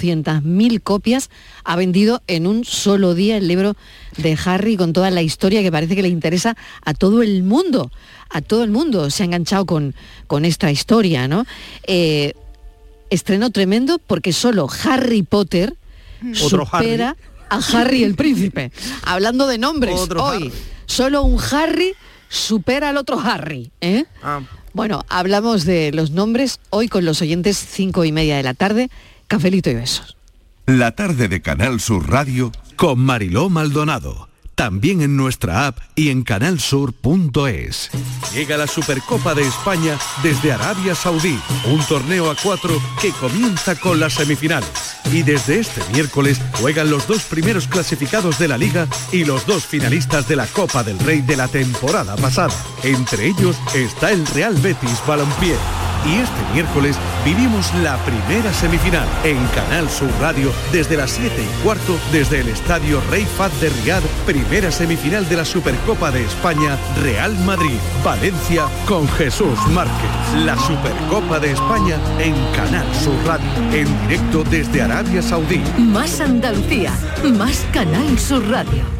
[SPEAKER 4] 400.000 copias ha vendido en un solo día el libro de Harry con toda la historia que parece que le interesa a todo el mundo. A todo el mundo se ha enganchado con, con esta historia, ¿no? Eh, estreno tremendo porque solo Harry Potter
[SPEAKER 5] Otro
[SPEAKER 4] supera a Harry el príncipe. Hablando de nombres
[SPEAKER 5] Otro
[SPEAKER 4] hoy,
[SPEAKER 5] Harry.
[SPEAKER 4] solo un Harry supera al otro Harry, ¿eh?
[SPEAKER 7] Ah.
[SPEAKER 4] Bueno, hablamos de los nombres hoy con los oyentes cinco y media de la tarde. Cafelito y besos.
[SPEAKER 2] La tarde de Canal Sur Radio con Mariló Maldonado. También en nuestra app y en canalsur.es. Llega la Supercopa de España desde Arabia Saudí, un torneo a cuatro que comienza con las semifinales. Y desde este miércoles juegan los dos primeros clasificados de la liga y los dos finalistas de la Copa del Rey de la temporada pasada. Entre ellos está el Real Betis Balompié. Y este miércoles vivimos la primera semifinal en Canal Sur Radio desde las 7 y cuarto desde el Estadio Rey Fad de Riad, primera semifinal de la Supercopa de España, Real Madrid, Valencia con Jesús Márquez. La Supercopa de España en Canal Sur Radio, en directo desde Arabia Saudí.
[SPEAKER 11] Más Andalucía, más Canal Sur Radio.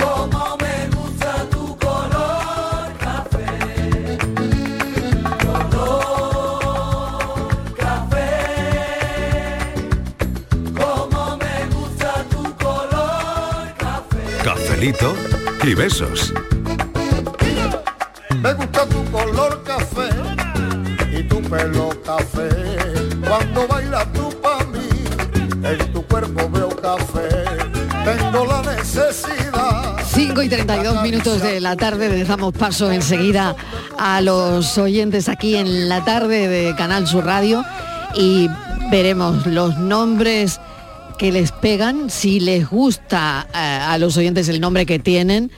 [SPEAKER 3] Como me gusta tu color café, color café. Como me gusta tu color café.
[SPEAKER 2] Cafelito y besos.
[SPEAKER 12] Me gusta tu color café y tu pelo café. Cuando bailas tú pa' mí, en tu cuerpo veo café. Tengo la necesidad.
[SPEAKER 4] 5 y 32 minutos de la tarde, les damos paso enseguida a los oyentes aquí en la tarde de Canal Sur Radio y veremos los nombres que les pegan, si les gusta eh, a los oyentes el nombre que tienen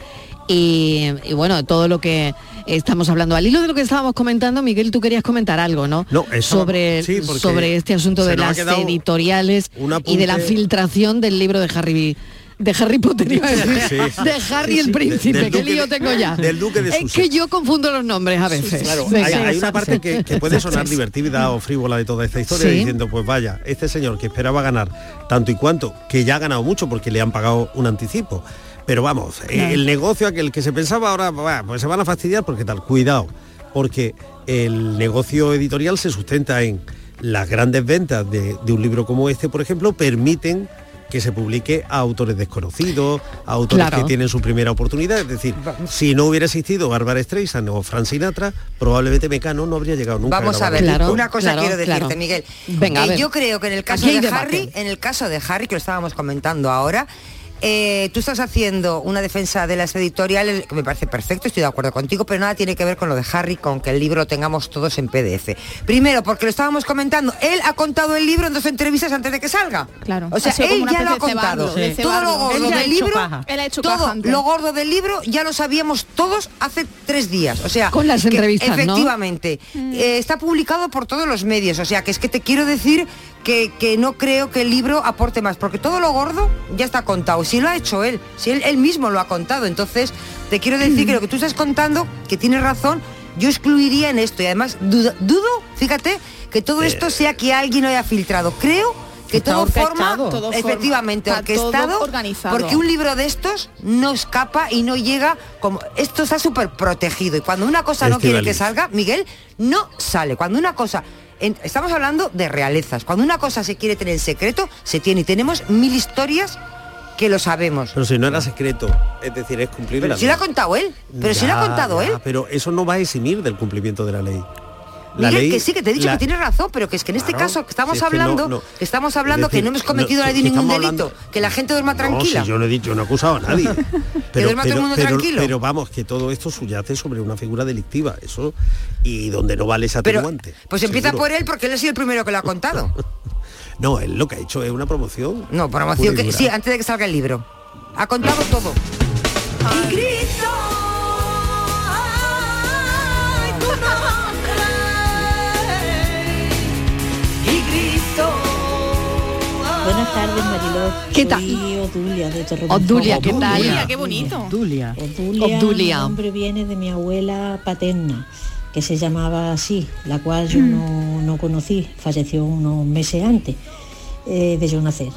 [SPEAKER 4] y, y bueno, todo lo que estamos hablando. Al hilo de lo que estábamos comentando, Miguel, tú querías comentar algo, ¿no?
[SPEAKER 5] No, estaba-
[SPEAKER 4] sobre,
[SPEAKER 5] sí, porque
[SPEAKER 4] sobre este asunto
[SPEAKER 5] se
[SPEAKER 4] de
[SPEAKER 5] nos ha
[SPEAKER 4] las
[SPEAKER 5] quedado
[SPEAKER 4] editoriales
[SPEAKER 5] un
[SPEAKER 4] y de la
[SPEAKER 5] apunte-
[SPEAKER 4] filtración del libro de Harry de Harry Potter iba a decir,
[SPEAKER 5] Sí, sí.
[SPEAKER 4] de Harry
[SPEAKER 5] Sí, sí.
[SPEAKER 4] el príncipe,
[SPEAKER 5] Del
[SPEAKER 4] qué
[SPEAKER 5] duque
[SPEAKER 4] lío
[SPEAKER 5] de-
[SPEAKER 4] tengo ya.
[SPEAKER 5] del duque de
[SPEAKER 4] es
[SPEAKER 5] Sussex.
[SPEAKER 4] que yo confundo los nombres a veces.
[SPEAKER 5] Claro,
[SPEAKER 4] Venga.
[SPEAKER 5] hay, hay una parte que, que puede sonar divertida o frívola de toda esta historia
[SPEAKER 4] Sí.
[SPEAKER 5] diciendo, pues vaya, este señor que esperaba ganar tanto y cuanto, que ya ha ganado mucho porque le han pagado un anticipo. Pero vamos, eh,
[SPEAKER 13] Claro.
[SPEAKER 5] el negocio aquel que se pensaba ahora, bah, pues se van a fastidiar porque tal, cuidado, porque el negocio editorial se sustenta en las grandes ventas de, de un libro como este, por ejemplo, permiten que se publique a autores desconocidos, a autores
[SPEAKER 13] Claro.
[SPEAKER 5] que tienen su primera oportunidad. Es decir, si no hubiera existido Bárbara Streisand o Frank Sinatra, probablemente Mecano no habría llegado nunca.
[SPEAKER 7] Vamos a ver,
[SPEAKER 5] grabar.
[SPEAKER 7] una cosa quiero decirte, Miguel.
[SPEAKER 5] Venga, a
[SPEAKER 7] Eh,
[SPEAKER 5] ver.
[SPEAKER 7] Yo creo que en el caso
[SPEAKER 5] Aquí hay
[SPEAKER 7] de
[SPEAKER 5] debate.
[SPEAKER 7] Harry, en el caso de Harry, que lo estábamos comentando ahora, eh, tú estás haciendo una defensa de las editoriales, que me parece perfecto, estoy de acuerdo contigo, pero nada tiene que ver con lo de Harry, con que el libro lo tengamos todos en PDF. Primero, porque lo estábamos comentando, él ha contado el libro en dos entrevistas antes de que salga.
[SPEAKER 1] Claro.
[SPEAKER 7] O sea,
[SPEAKER 1] Ha sido como
[SPEAKER 7] él
[SPEAKER 1] una
[SPEAKER 7] ya lo ha
[SPEAKER 1] especie de cebarlo,
[SPEAKER 7] contado.
[SPEAKER 1] de
[SPEAKER 7] Todo lo
[SPEAKER 1] cebarlo. Él
[SPEAKER 7] gordo
[SPEAKER 1] ya ha
[SPEAKER 7] del
[SPEAKER 1] hecho
[SPEAKER 7] libro,
[SPEAKER 1] paja. Él ha hecho
[SPEAKER 7] todo
[SPEAKER 1] paja antes.
[SPEAKER 7] lo gordo del libro ya lo sabíamos todos hace tres días. O sea,
[SPEAKER 4] Con las
[SPEAKER 7] que
[SPEAKER 4] entrevistas, ¿no?
[SPEAKER 7] Efectivamente.
[SPEAKER 1] Mm.
[SPEAKER 7] Eh, está publicado por todos los medios. O sea, que es que te quiero decir que, que no creo que el libro aporte más, porque todo lo gordo ya está contado. Si lo ha hecho él, si él, él mismo lo ha contado. Entonces, te quiero decir que lo que tú estás contando, que tienes razón, yo excluiría en esto. Y además, duda- dudo, fíjate, que todo esto sea que alguien lo haya filtrado. Creo que
[SPEAKER 1] Está
[SPEAKER 7] todo forma,
[SPEAKER 1] orquestado. Todo forma.
[SPEAKER 7] efectivamente,
[SPEAKER 1] Está todo
[SPEAKER 7] orquestado,
[SPEAKER 1] organizado.
[SPEAKER 7] porque un libro de estos no escapa y no llega como esto está súper protegido y cuando una cosa
[SPEAKER 5] Este
[SPEAKER 7] no quiere que
[SPEAKER 14] Estivaliz.
[SPEAKER 7] salga Miguel no sale cuando una cosa en- estamos hablando de realezas cuando una cosa se quiere tener en secreto se tiene y tenemos mil historias que lo sabemos
[SPEAKER 5] Pero si no era secreto, es decir, es cumplir
[SPEAKER 7] pero
[SPEAKER 5] la
[SPEAKER 7] si
[SPEAKER 5] ley.
[SPEAKER 7] lo ha contado él pero si lo ha
[SPEAKER 5] Ya,
[SPEAKER 7] contado
[SPEAKER 5] ya,
[SPEAKER 7] él
[SPEAKER 5] Pero eso no va a eximir del cumplimiento de la ley. La
[SPEAKER 7] Miguel,
[SPEAKER 5] ley-
[SPEAKER 7] que sí, que te he dicho
[SPEAKER 5] la-
[SPEAKER 7] que tienes razón, pero que es que en este
[SPEAKER 5] Claro,
[SPEAKER 7] caso que estamos
[SPEAKER 5] si es que no,
[SPEAKER 7] hablando,
[SPEAKER 5] no.
[SPEAKER 7] que estamos hablando
[SPEAKER 5] Es decir,
[SPEAKER 7] que no hemos
[SPEAKER 5] no,
[SPEAKER 7] cometido
[SPEAKER 5] que-
[SPEAKER 7] nadie
[SPEAKER 5] que
[SPEAKER 7] ningún delito,
[SPEAKER 5] estamos
[SPEAKER 7] que la gente duerma tranquila.
[SPEAKER 5] No, si yo no he dicho, no he acusado a
[SPEAKER 7] (laughs)
[SPEAKER 5] nadie.
[SPEAKER 7] duerma todo el mundo tranquilo.
[SPEAKER 5] pero vamos, que todo esto subyace sobre una figura delictiva, eso, y donde no vale ese
[SPEAKER 7] Pero,
[SPEAKER 5] atenuante.
[SPEAKER 7] pues empieza
[SPEAKER 5] seguro.
[SPEAKER 7] por él porque él ha sido el primero que lo
[SPEAKER 5] (laughs)
[SPEAKER 7] ha contado.
[SPEAKER 5] No, él lo que ha hecho es una promoción.
[SPEAKER 7] No, promoción que- sí, antes de que salga el libro. Ha contado todo.
[SPEAKER 15] Buenas tardes, Mariló.
[SPEAKER 4] ¿Qué tal?
[SPEAKER 15] Soy Obdulia de Torremolinos.
[SPEAKER 4] Obdulia, ¿qué tal? Oh, Obdulia, qué
[SPEAKER 1] bonito.
[SPEAKER 15] Obdulia. Obdulia.
[SPEAKER 4] Obdulia.
[SPEAKER 15] El nombre viene de mi abuela paterna, que se llamaba así, la cual
[SPEAKER 4] Mm.
[SPEAKER 15] yo no, no conocí, falleció unos meses antes eh, de yo nacer.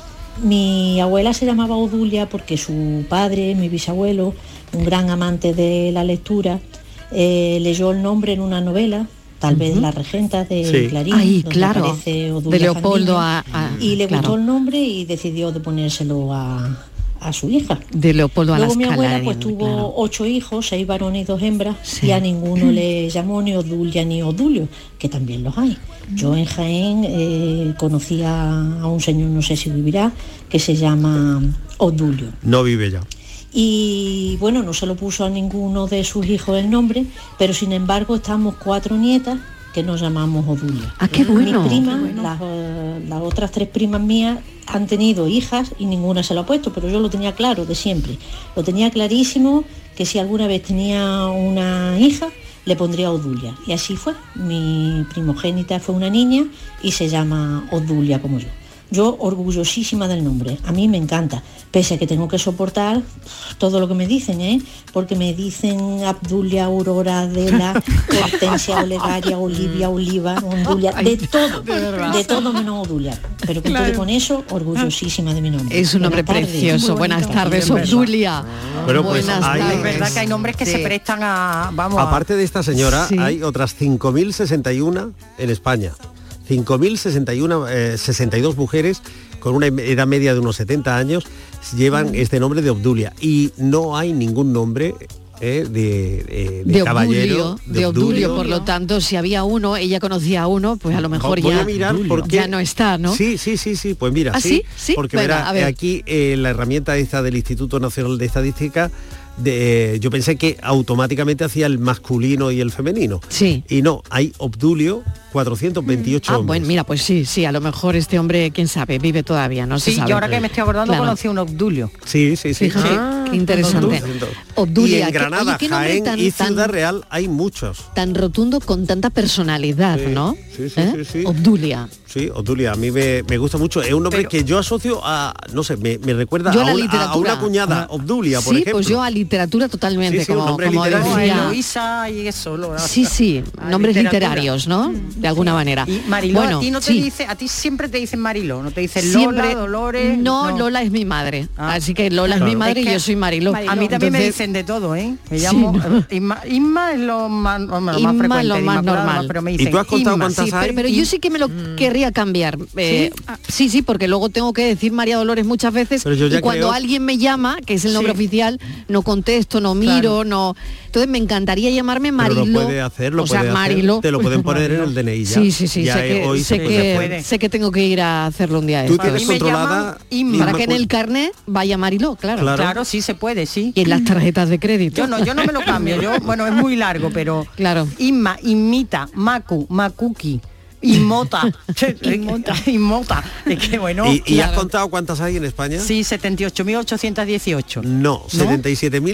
[SPEAKER 15] Mi abuela se llamaba Odulia porque su padre, mi bisabuelo, un gran amante de la lectura, eh, leyó el nombre en una novela, tal vez La Regenta de
[SPEAKER 4] Sí.
[SPEAKER 15] eh, Clarín,
[SPEAKER 4] Ay,
[SPEAKER 15] donde
[SPEAKER 4] claro,
[SPEAKER 15] aparece Odulia
[SPEAKER 4] de Leopoldo
[SPEAKER 15] Fandiño,
[SPEAKER 4] a- a-
[SPEAKER 15] y le
[SPEAKER 4] claro.
[SPEAKER 15] gustó el nombre y decidió de ponérselo a, a su hija.
[SPEAKER 4] De Leopoldo a la
[SPEAKER 15] Luego mi abuela pues
[SPEAKER 4] Scala,
[SPEAKER 15] tuvo ocho hijos, seis varones y dos hembras, y a
[SPEAKER 4] Mm.
[SPEAKER 15] ninguno le llamó ni Odulia ni Odulio, que también los hay. Yo en Jaén eh, conocí a, a un señor, no sé si vivirá, que se llama Odulio.
[SPEAKER 5] No vive ya.
[SPEAKER 15] Y bueno, no se lo puso a ninguno de sus hijos el nombre, pero sin embargo estamos cuatro nietas que nos llamamos Odulia.
[SPEAKER 4] Ah, qué bueno,
[SPEAKER 15] Mis primas,
[SPEAKER 4] qué bueno.
[SPEAKER 15] Las, eh, las otras tres primas mías han tenido hijas y ninguna se lo ha puesto, pero yo lo tenía claro de siempre. Lo tenía clarísimo que si alguna vez tenía una hija, le pondría Odulia. Y así fue. Mi primogénita fue una niña y se llama Odulia como yo. Yo orgullosísima del nombre, a mí me encanta, pese a que tengo que soportar todo lo que me dicen, ¿eh? porque me dicen Abdulia,
[SPEAKER 4] (laughs)
[SPEAKER 15] Aurora, Adela, Hortensia, Olegaria, Olivia, Oliva, Ondulia, de todo,
[SPEAKER 4] Mm. de verdad.
[SPEAKER 15] de todo menos Odulia. Pero con
[SPEAKER 4] Claro.
[SPEAKER 15] todo y con eso, orgullosísima de mi nombre.
[SPEAKER 4] Es un nombre
[SPEAKER 15] Buenas tardes.
[SPEAKER 4] precioso. Buenas tardes, Obdulia.
[SPEAKER 5] Bueno, pues ahí-
[SPEAKER 8] Es verdad que hay nombres que
[SPEAKER 4] Sí.
[SPEAKER 8] se prestan a, vamos, a-
[SPEAKER 5] Aparte de esta señora,
[SPEAKER 8] Sí.
[SPEAKER 5] hay otras 5.061 en España. 5.061, eh, 62 mujeres con una edad media de unos 70 años
[SPEAKER 4] Mm.
[SPEAKER 5] llevan este nombre de Obdulia. Y no hay ningún nombre eh, de, eh, de
[SPEAKER 4] De
[SPEAKER 5] caballero.
[SPEAKER 4] Obdulio, de Obdulio, por lo tanto, si había uno, ella conocía a uno, pues a lo mejor
[SPEAKER 5] Voy
[SPEAKER 4] ya,
[SPEAKER 5] a mirar porque-
[SPEAKER 4] ya no está, Ah, ¿no?
[SPEAKER 5] Sí, sí, sí, sí. Pues mira,
[SPEAKER 4] ¿Ah,
[SPEAKER 5] sí,
[SPEAKER 4] sí? Sí,
[SPEAKER 5] porque
[SPEAKER 4] venga,
[SPEAKER 5] verá,
[SPEAKER 4] a ver.
[SPEAKER 5] aquí eh, la herramienta esta del Instituto Nacional de Estadística, de, eh, yo pensé que automáticamente hacía el masculino y el femenino.
[SPEAKER 4] Sí.
[SPEAKER 5] Y no, hay Obdulio 428
[SPEAKER 4] Ah,
[SPEAKER 5] hombres.
[SPEAKER 4] bueno, mira, pues sí, sí, a lo mejor este hombre, quién sabe, vive todavía, no se
[SPEAKER 8] Sí,
[SPEAKER 4] sabe.
[SPEAKER 8] yo ahora que me estoy acordando
[SPEAKER 4] Claro.
[SPEAKER 8] conocí a un Obdulio.
[SPEAKER 5] Sí, sí, sí.
[SPEAKER 4] Fíjate, qué interesante. Obdulia,
[SPEAKER 5] y en
[SPEAKER 4] qué-
[SPEAKER 5] Granada,
[SPEAKER 4] oye, qué nombre
[SPEAKER 5] Jaén
[SPEAKER 4] tan-
[SPEAKER 5] y
[SPEAKER 4] tan-
[SPEAKER 5] Ciudad Real hay muchos.
[SPEAKER 4] Tan rotundo con tanta personalidad, ¿no? ¿Eh?
[SPEAKER 5] sí, sí, sí, sí.
[SPEAKER 4] Obdulia.
[SPEAKER 5] Sí, Obdulia, a mí me, me gusta mucho. Es un nombre que yo asocio a, no sé, me, me recuerda
[SPEAKER 4] Yo
[SPEAKER 5] a,
[SPEAKER 4] a la
[SPEAKER 5] un- a- a
[SPEAKER 4] literatura.
[SPEAKER 5] una cuñada, Obdulia, por
[SPEAKER 4] sí,
[SPEAKER 5] ejemplo.
[SPEAKER 4] pues yo a literatura totalmente,
[SPEAKER 5] Sí, sí, un
[SPEAKER 4] como,
[SPEAKER 5] nombre
[SPEAKER 4] como
[SPEAKER 5] literario.
[SPEAKER 4] decía-
[SPEAKER 8] Eloísa y eso. lo-
[SPEAKER 4] Sí, sí,
[SPEAKER 8] Ah,
[SPEAKER 4] nombres
[SPEAKER 8] literatura.
[SPEAKER 4] literarios, ¿no? De alguna manera.
[SPEAKER 8] Y Mariló,
[SPEAKER 4] bueno,
[SPEAKER 8] a ti no te
[SPEAKER 4] sí.
[SPEAKER 8] dice, a ti siempre te dicen Mariló, no te dicen
[SPEAKER 4] Siempre-
[SPEAKER 8] Lola, Dolores. Ah.
[SPEAKER 4] No, Lola es mi madre. Así que Lola es mi
[SPEAKER 8] Claro.
[SPEAKER 4] madre
[SPEAKER 8] Es
[SPEAKER 4] y
[SPEAKER 8] que
[SPEAKER 4] yo soy Mariló.
[SPEAKER 8] A mí también me
[SPEAKER 4] Entonces-
[SPEAKER 8] dicen de todo, ¿eh? Me
[SPEAKER 4] Sí,
[SPEAKER 8] llamo
[SPEAKER 4] ¿no?
[SPEAKER 8] Inma, Inma es lo más, lo más
[SPEAKER 4] Inma
[SPEAKER 8] frecuente,
[SPEAKER 4] lo más
[SPEAKER 8] Inmaculada,
[SPEAKER 4] normal.
[SPEAKER 8] pero me
[SPEAKER 4] ¿Y
[SPEAKER 8] dicen Mm.
[SPEAKER 4] tú has contado
[SPEAKER 8] Inma.
[SPEAKER 4] cuántas Sí, pero- hay? pero yo sí que me lo querría cambiar. Eh, ¿Sí? sí, porque luego tengo que decir María Dolores muchas veces
[SPEAKER 5] Pero yo ya
[SPEAKER 4] y cuando
[SPEAKER 5] creo-
[SPEAKER 4] alguien me llama, que es el nombre
[SPEAKER 5] Sí.
[SPEAKER 4] oficial, no contesto, no miro, no. Entonces me encantaría llamarme
[SPEAKER 5] Pero
[SPEAKER 4] Mariló.
[SPEAKER 5] lo puede hacer, lo
[SPEAKER 4] o sea,
[SPEAKER 5] puede hacer.
[SPEAKER 4] Mariló.
[SPEAKER 5] Te lo pueden poner en el DNI ya.
[SPEAKER 4] Sí, sí, sí,
[SPEAKER 5] Ya,
[SPEAKER 4] sé,
[SPEAKER 5] eh,
[SPEAKER 4] que,
[SPEAKER 5] hoy
[SPEAKER 4] sé
[SPEAKER 5] se puede
[SPEAKER 4] que-
[SPEAKER 5] hacer.
[SPEAKER 4] sé que tengo que ir a hacerlo un día de
[SPEAKER 5] Tú
[SPEAKER 4] estos.
[SPEAKER 5] tienes A mí me controlada llaman Inma.
[SPEAKER 4] para que en
[SPEAKER 5] Inmaculada.
[SPEAKER 4] el carnet vaya Mariló, claro.
[SPEAKER 8] Claro. Claro, sí se puede, sí.
[SPEAKER 4] Y en
[SPEAKER 8] (clears throat)
[SPEAKER 4] las tarjetas de crédito.
[SPEAKER 8] Yo no, yo no me lo cambio. Yo, bueno, es muy largo, pero.
[SPEAKER 4] Claro.
[SPEAKER 8] Inma, Inmita, Maku, Makuki, Inmota.
[SPEAKER 4] (laughs)
[SPEAKER 8] (laughs) Inmota. Inmota. Es que bueno.
[SPEAKER 5] ¿Y, y has
[SPEAKER 8] claro.
[SPEAKER 5] contado cuántas hay en España?
[SPEAKER 8] Sí, 78.818.
[SPEAKER 5] No,
[SPEAKER 8] ¿No?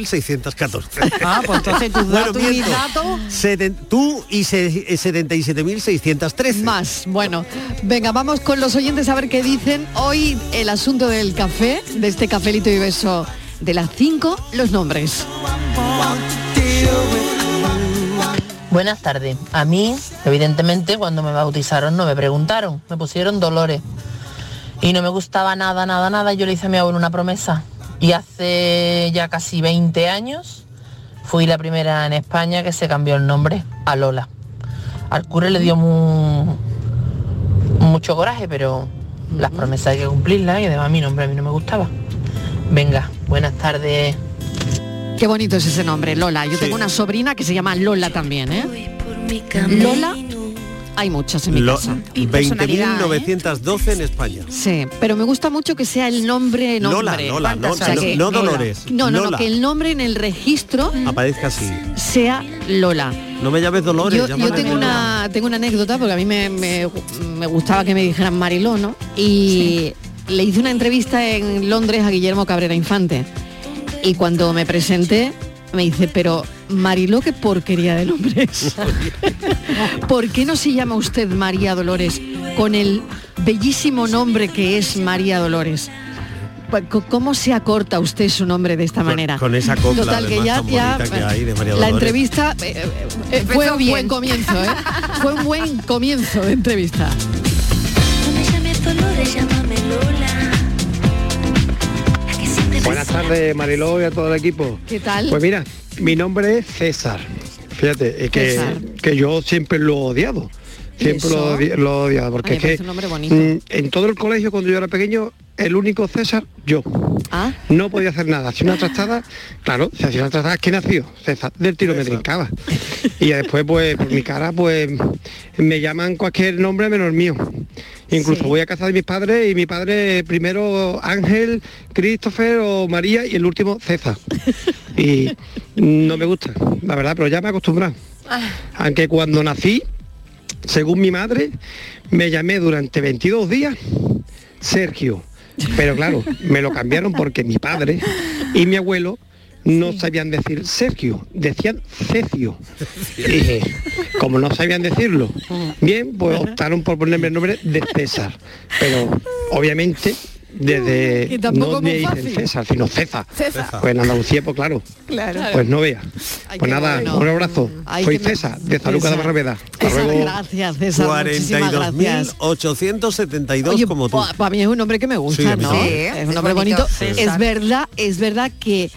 [SPEAKER 5] 77.614.
[SPEAKER 8] Ah, pues entonces tus
[SPEAKER 5] Bueno,
[SPEAKER 8] datos y mis
[SPEAKER 5] miento.
[SPEAKER 8] datos-
[SPEAKER 5] Seten- tú y se- eh, 77.613.
[SPEAKER 4] Más, bueno. Venga, vamos con los oyentes a ver qué dicen. Hoy el asunto del café, de este cafelito y beso de las 5, los nombres.
[SPEAKER 13] Buenas tardes. A mí, evidentemente, cuando me bautizaron no me preguntaron, me pusieron Dolores. Y no me gustaba nada, nada, nada. Yo le hice a mi abuelo una promesa. Y hace ya casi 20 años fui la primera en España que se cambió el nombre a Lola. Al cura le dio mu- mucho coraje, pero las promesas hay que cumplirlas y además mi nombre a mí no me gustaba. Venga, buenas tardes.
[SPEAKER 4] Qué bonito es ese nombre, Lola. Ah, Yo tengo una sobrina que se llama Lola también, ¿eh? Lola, hay muchas en mi
[SPEAKER 5] Lo-
[SPEAKER 4] casa.
[SPEAKER 5] 20.912 en España.
[SPEAKER 4] Sí, pero me gusta mucho que sea el nombre,
[SPEAKER 5] Lola,
[SPEAKER 4] nombre.
[SPEAKER 5] Lola, no-
[SPEAKER 4] O sea,
[SPEAKER 5] no-
[SPEAKER 4] que-
[SPEAKER 5] no Dolores,
[SPEAKER 4] No, no,
[SPEAKER 5] Lola.
[SPEAKER 4] no, que el nombre en el registro
[SPEAKER 5] Aparezca así.
[SPEAKER 4] sea Lola.
[SPEAKER 5] No me llames Dolores.
[SPEAKER 4] Yo, yo
[SPEAKER 5] llámame
[SPEAKER 4] tengo,
[SPEAKER 5] Lola.
[SPEAKER 4] una, tengo una anécdota porque a mí me, me- me gustaba que me dijeran Mariló, ¿no? Y le hice una entrevista en Londres a Guillermo Cabrera Infante. Y cuando me presenté, me dice, pero Mariló, qué porquería de nombre es. ¿Por qué no se llama usted María Dolores con el bellísimo nombre que es María Dolores? Pues, co- ¿Cómo se acorta usted su nombre de esta manera?
[SPEAKER 5] con esa copla,
[SPEAKER 4] Total, que
[SPEAKER 5] además,
[SPEAKER 4] ya,
[SPEAKER 5] tan
[SPEAKER 4] ya-
[SPEAKER 5] bonita que hay de María
[SPEAKER 4] la
[SPEAKER 5] Dolores.
[SPEAKER 4] entrevista eh, eh, eh,
[SPEAKER 14] Empezó
[SPEAKER 4] fue un
[SPEAKER 14] bien.
[SPEAKER 4] buen comienzo, ¿eh? fue un buen comienzo de entrevista.
[SPEAKER 16] Buenas tardes, Mariló y a todo el equipo.
[SPEAKER 4] ¿Qué tal?
[SPEAKER 16] Pues mira, mi nombre es César. Fíjate, es que,
[SPEAKER 4] César.
[SPEAKER 16] que yo siempre lo he odiado.
[SPEAKER 4] ¿Y
[SPEAKER 16] Siempre lo,
[SPEAKER 4] eso?
[SPEAKER 16] he odi- lo he odiado. Porque
[SPEAKER 4] Ay, me
[SPEAKER 16] es
[SPEAKER 4] parece
[SPEAKER 16] que
[SPEAKER 4] un nombre bonito.
[SPEAKER 16] mm, en todo el colegio, cuando yo era pequeño, el único César, yo.
[SPEAKER 4] Ah.
[SPEAKER 16] No podía hacer nada. Hacía una trastada, claro, se hacía una trastada. ¿Quién nació? César. Del tiro me trincaba. Y ya después, pues, por mi cara, pues, me llaman cualquier nombre menos el mío. Incluso voy a casa de mis padres y mi padre primero Ángel, Christopher o María y el último César. Y no me gusta, la verdad, pero ya me he acostumbrado.
[SPEAKER 4] Ah.
[SPEAKER 16] Aunque cuando nací, según mi madre, me llamé durante 22 días Sergio. Pero claro, me lo cambiaron porque mi padre y mi abuelo no sabían decir Sergio, decían Cecio. Y dije, como no sabían decirlo,
[SPEAKER 4] Ah.
[SPEAKER 16] bien, pues optaron por ponerme el nombre de César. Pero obviamente desde
[SPEAKER 4] Que tampoco
[SPEAKER 16] no
[SPEAKER 4] es muy
[SPEAKER 16] me dicen
[SPEAKER 4] fácil.
[SPEAKER 16] César, sino César.
[SPEAKER 4] César.
[SPEAKER 16] Pues en Andalucía, pues claro.
[SPEAKER 4] Claro.
[SPEAKER 16] Pues no vea. Pues
[SPEAKER 4] Ay, qué
[SPEAKER 16] nada,
[SPEAKER 4] bueno.
[SPEAKER 16] un abrazo.
[SPEAKER 4] Ay,
[SPEAKER 16] Soy
[SPEAKER 4] qué me-
[SPEAKER 16] César, de Zaluca de
[SPEAKER 4] César.
[SPEAKER 16] Barrameda.
[SPEAKER 4] César, gracias, César, muchísimas gracias.
[SPEAKER 5] 42.872
[SPEAKER 4] Oye,
[SPEAKER 5] como tú.
[SPEAKER 4] pa- para mí es un hombre que me
[SPEAKER 5] Sí,
[SPEAKER 4] gusta,
[SPEAKER 5] a mí
[SPEAKER 4] Ah, ¿no?
[SPEAKER 5] también. Sí,
[SPEAKER 4] es
[SPEAKER 5] es
[SPEAKER 4] un hombre bonito.
[SPEAKER 5] bonito. Sí.
[SPEAKER 4] Es verdad, es verdad que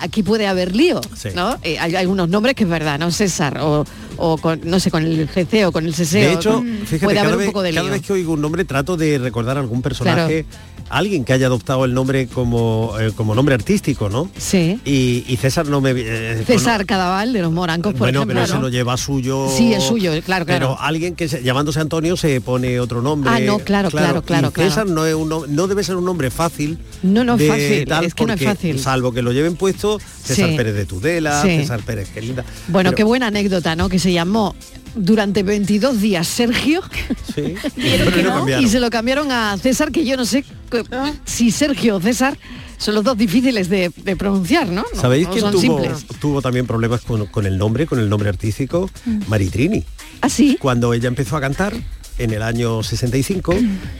[SPEAKER 4] aquí puede haber lío,
[SPEAKER 5] Sí.
[SPEAKER 4] ¿no? Eh, hay algunos nombres que es verdad, ¿no? César o, o con, no sé, con el GC o con el CC.
[SPEAKER 5] De hecho, fíjate,
[SPEAKER 4] mm, puede haber
[SPEAKER 5] cada
[SPEAKER 4] un
[SPEAKER 5] vez,
[SPEAKER 4] poco de
[SPEAKER 5] cada
[SPEAKER 4] lío.
[SPEAKER 5] vez que oigo un nombre trato de recordar algún personaje, alguien que haya adoptado el nombre como, eh, como nombre artístico, ¿no?
[SPEAKER 4] Sí.
[SPEAKER 5] Y, y César no me... eh,
[SPEAKER 4] César Cadaval de los Morancos,
[SPEAKER 5] Bueno,
[SPEAKER 4] por
[SPEAKER 5] bueno,
[SPEAKER 4] ejemplo.
[SPEAKER 5] pero se
[SPEAKER 4] ¿no?
[SPEAKER 5] lo lleva suyo.
[SPEAKER 4] Sí, es suyo, eh, claro, claro.
[SPEAKER 5] Pero alguien que se- llamándose Antonio se pone otro nombre.
[SPEAKER 4] Ah, no, claro, claro, claro,
[SPEAKER 5] y César no es un nom- no debe ser un nombre fácil.
[SPEAKER 4] No, no es
[SPEAKER 5] de
[SPEAKER 4] fácil, es que no es
[SPEAKER 5] porque,
[SPEAKER 4] fácil.
[SPEAKER 5] Salvo que lo lleven puesto César
[SPEAKER 4] Sí.
[SPEAKER 5] Pérez de Tudela,
[SPEAKER 4] Sí.
[SPEAKER 5] César Pérez qué linda.
[SPEAKER 4] Bueno,
[SPEAKER 5] Pero- (laughs)
[SPEAKER 4] qué buena anécdota, ¿no? Que se llamó durante 22 días Sergio
[SPEAKER 5] Sí.
[SPEAKER 4] Vieron que
[SPEAKER 5] Pero lo
[SPEAKER 4] (laughs) no,
[SPEAKER 5] cambiaron.
[SPEAKER 4] y se lo cambiaron a César, que yo no sé cu- si Sergio o César son los dos difíciles de, de pronunciar, ¿no? No-
[SPEAKER 5] ¿Sabéis
[SPEAKER 4] no
[SPEAKER 5] quién
[SPEAKER 4] son
[SPEAKER 5] tuvo,
[SPEAKER 4] simples.
[SPEAKER 5] tuvo también problemas con, con el nombre, con el nombre artístico?
[SPEAKER 4] Mm.
[SPEAKER 5] Maritrini.
[SPEAKER 4] ¿Ah, sí?
[SPEAKER 5] Cuando ella empezó a cantar en el año 65,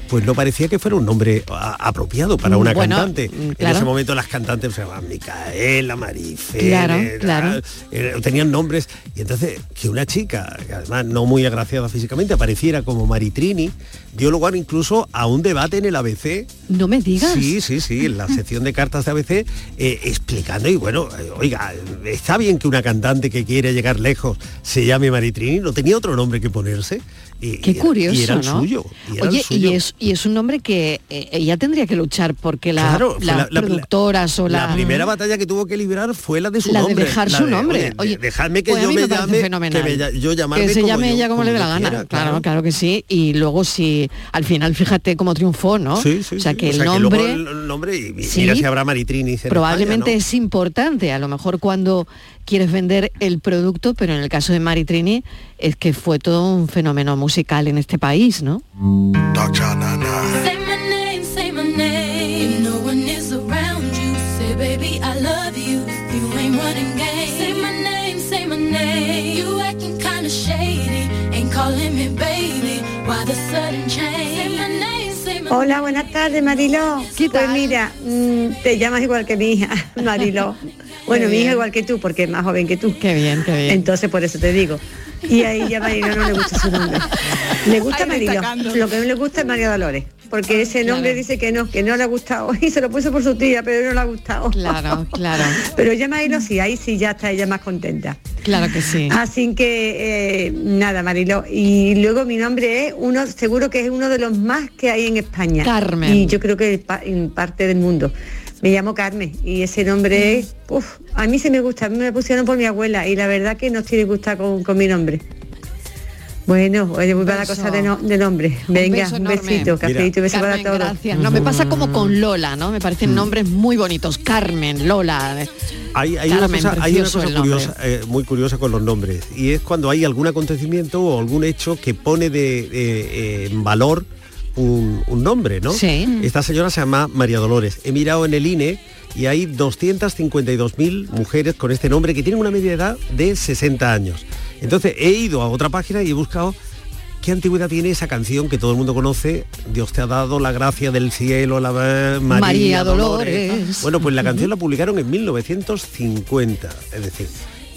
[SPEAKER 5] pues no parecía que fuera un nombre a- apropiado para
[SPEAKER 4] Mm,
[SPEAKER 5] una
[SPEAKER 4] bueno,
[SPEAKER 5] cantante.
[SPEAKER 4] mm,
[SPEAKER 5] En
[SPEAKER 4] claro.
[SPEAKER 5] ese momento las cantantes se llamaban Micaela, Marifé,
[SPEAKER 4] Claro,
[SPEAKER 5] era-
[SPEAKER 4] claro.
[SPEAKER 5] era- eh, tenían nombres. Y entonces que una chica, que además no muy agraciada físicamente, apareciera como Maritrini, dio lugar incluso a un debate en el ABC
[SPEAKER 4] No me digas.
[SPEAKER 5] Sí, sí, sí,
[SPEAKER 4] (laughs)
[SPEAKER 5] en la sección de cartas de ABC eh, explicando y bueno, eh, oiga, está bien que una cantante que quiere llegar lejos se llame Maritrini, no tenía otro nombre que ponerse. Y,
[SPEAKER 4] Qué
[SPEAKER 5] y era-
[SPEAKER 4] curioso,
[SPEAKER 5] y era el
[SPEAKER 4] ¿no?
[SPEAKER 5] suyo. Y era el
[SPEAKER 4] Oye,
[SPEAKER 5] suyo.
[SPEAKER 4] Y, es, y es un nombre que eh, ella tendría que luchar porque la-
[SPEAKER 5] Claro, fue
[SPEAKER 4] las
[SPEAKER 5] la- la-
[SPEAKER 4] productoras o
[SPEAKER 5] la
[SPEAKER 4] la... Mm,
[SPEAKER 5] primera batalla que tuvo que librar fue la de su
[SPEAKER 4] La de
[SPEAKER 5] nombre.
[SPEAKER 4] dejar su nombre. Oye,
[SPEAKER 5] Oye, dejadme que
[SPEAKER 4] pues a
[SPEAKER 5] yo
[SPEAKER 4] mí
[SPEAKER 5] me,
[SPEAKER 4] me parece
[SPEAKER 5] llame,
[SPEAKER 4] fenomenal.
[SPEAKER 5] que me ya- yo llamarme
[SPEAKER 4] que se
[SPEAKER 5] como
[SPEAKER 4] llame
[SPEAKER 5] yo-
[SPEAKER 4] ella como, le dé la
[SPEAKER 5] yo
[SPEAKER 4] gana,
[SPEAKER 5] quiera,
[SPEAKER 4] claro, claro, que sí. Y luego si al final, fíjate cómo triunfó, ¿no?
[SPEAKER 5] Sí, sí,
[SPEAKER 4] o sea
[SPEAKER 5] sí.
[SPEAKER 4] que el
[SPEAKER 5] luego
[SPEAKER 4] nombre
[SPEAKER 5] el- el nombre y mi-
[SPEAKER 4] Sí.
[SPEAKER 5] mira si habrá Maritrini. en España,
[SPEAKER 4] probablemente
[SPEAKER 5] ¿no?
[SPEAKER 4] es importante, a lo mejor cuando quieres vender el producto, pero en el caso de Maritrini es que fue todo un fenómeno musical en este país, ¿no?
[SPEAKER 17] Say my name, say my name. If no one is around you, say baby I love you. You ain't running game. Say my name, say my name. You acting kinda shady, ain't calling me baby. Why the sudden change? Say my name, say my
[SPEAKER 18] Hola, buenas tardes, Mariló. Pues mira, mm, te llamas igual que mi hija, (laughs) Mariló. Bueno, mi hija
[SPEAKER 4] bien.
[SPEAKER 18] igual que tú, porque es más joven que tú.
[SPEAKER 4] Qué bien, qué bien.
[SPEAKER 18] Entonces, por eso te digo. Y ahí ya a Mariló no le gusta su nombre. Le gusta
[SPEAKER 4] Ahí
[SPEAKER 18] Mariló.
[SPEAKER 4] destacando.
[SPEAKER 18] Lo que no le gusta es María Dolores. Porque
[SPEAKER 4] Ah,
[SPEAKER 18] ese nombre dice que no, que no le ha gustado. (laughs) Y se lo puso por su tía, pero no le ha gustado.
[SPEAKER 4] Claro, claro.
[SPEAKER 18] (laughs) Pero ya Mariló sí, ahí sí ya está ella más contenta.
[SPEAKER 4] Claro que sí.
[SPEAKER 18] Así que eh, nada, Marilo. Y luego mi nombre es uno, seguro que es uno de los más que hay en España.
[SPEAKER 4] Carmen.
[SPEAKER 18] Y yo creo que pa- en parte del mundo. Me llamo Carmen y ese
[SPEAKER 4] Mm.
[SPEAKER 18] nombre es, uf, a mí se me gusta, a mí me pusieron por mi abuela y la verdad que no estoy disgustada con, con mi nombre. Bueno,
[SPEAKER 14] eh,
[SPEAKER 18] oye, muy para la
[SPEAKER 4] beso.
[SPEAKER 18] cosa de, no- de nombre. Venga,
[SPEAKER 4] beso
[SPEAKER 18] un,
[SPEAKER 4] enorme.
[SPEAKER 18] besito, cafelito, y beso para
[SPEAKER 4] Carmen,
[SPEAKER 18] todos.
[SPEAKER 4] gracias. No, me
[SPEAKER 5] Mm.
[SPEAKER 4] pasa como con Lola, ¿no? Me parecen nombres muy bonitos. Carmen, Lola. eh,
[SPEAKER 5] Hay, hay una
[SPEAKER 4] Carmen,
[SPEAKER 5] cosa, hay una
[SPEAKER 4] precioso
[SPEAKER 5] cosa
[SPEAKER 4] el nombre.
[SPEAKER 5] curiosa, eh, muy curiosa con los nombres y es cuando hay algún acontecimiento o algún hecho que pone de, eh, en valor un, un nombre, ¿no?
[SPEAKER 4] Sí.
[SPEAKER 5] Esta señora se llama María Dolores. He mirado en el INE y hay 252.000 mujeres con este nombre que tienen una media edad de 60 años. Entonces he ido a otra página y he buscado ¿Qué antigüedad tiene esa canción que todo el mundo conoce? Dios te ha dado la gracia del cielo, la María,
[SPEAKER 4] María
[SPEAKER 5] Dolores.
[SPEAKER 4] Dolores.
[SPEAKER 5] Bueno, pues la canción la publicaron en 1950, es decir,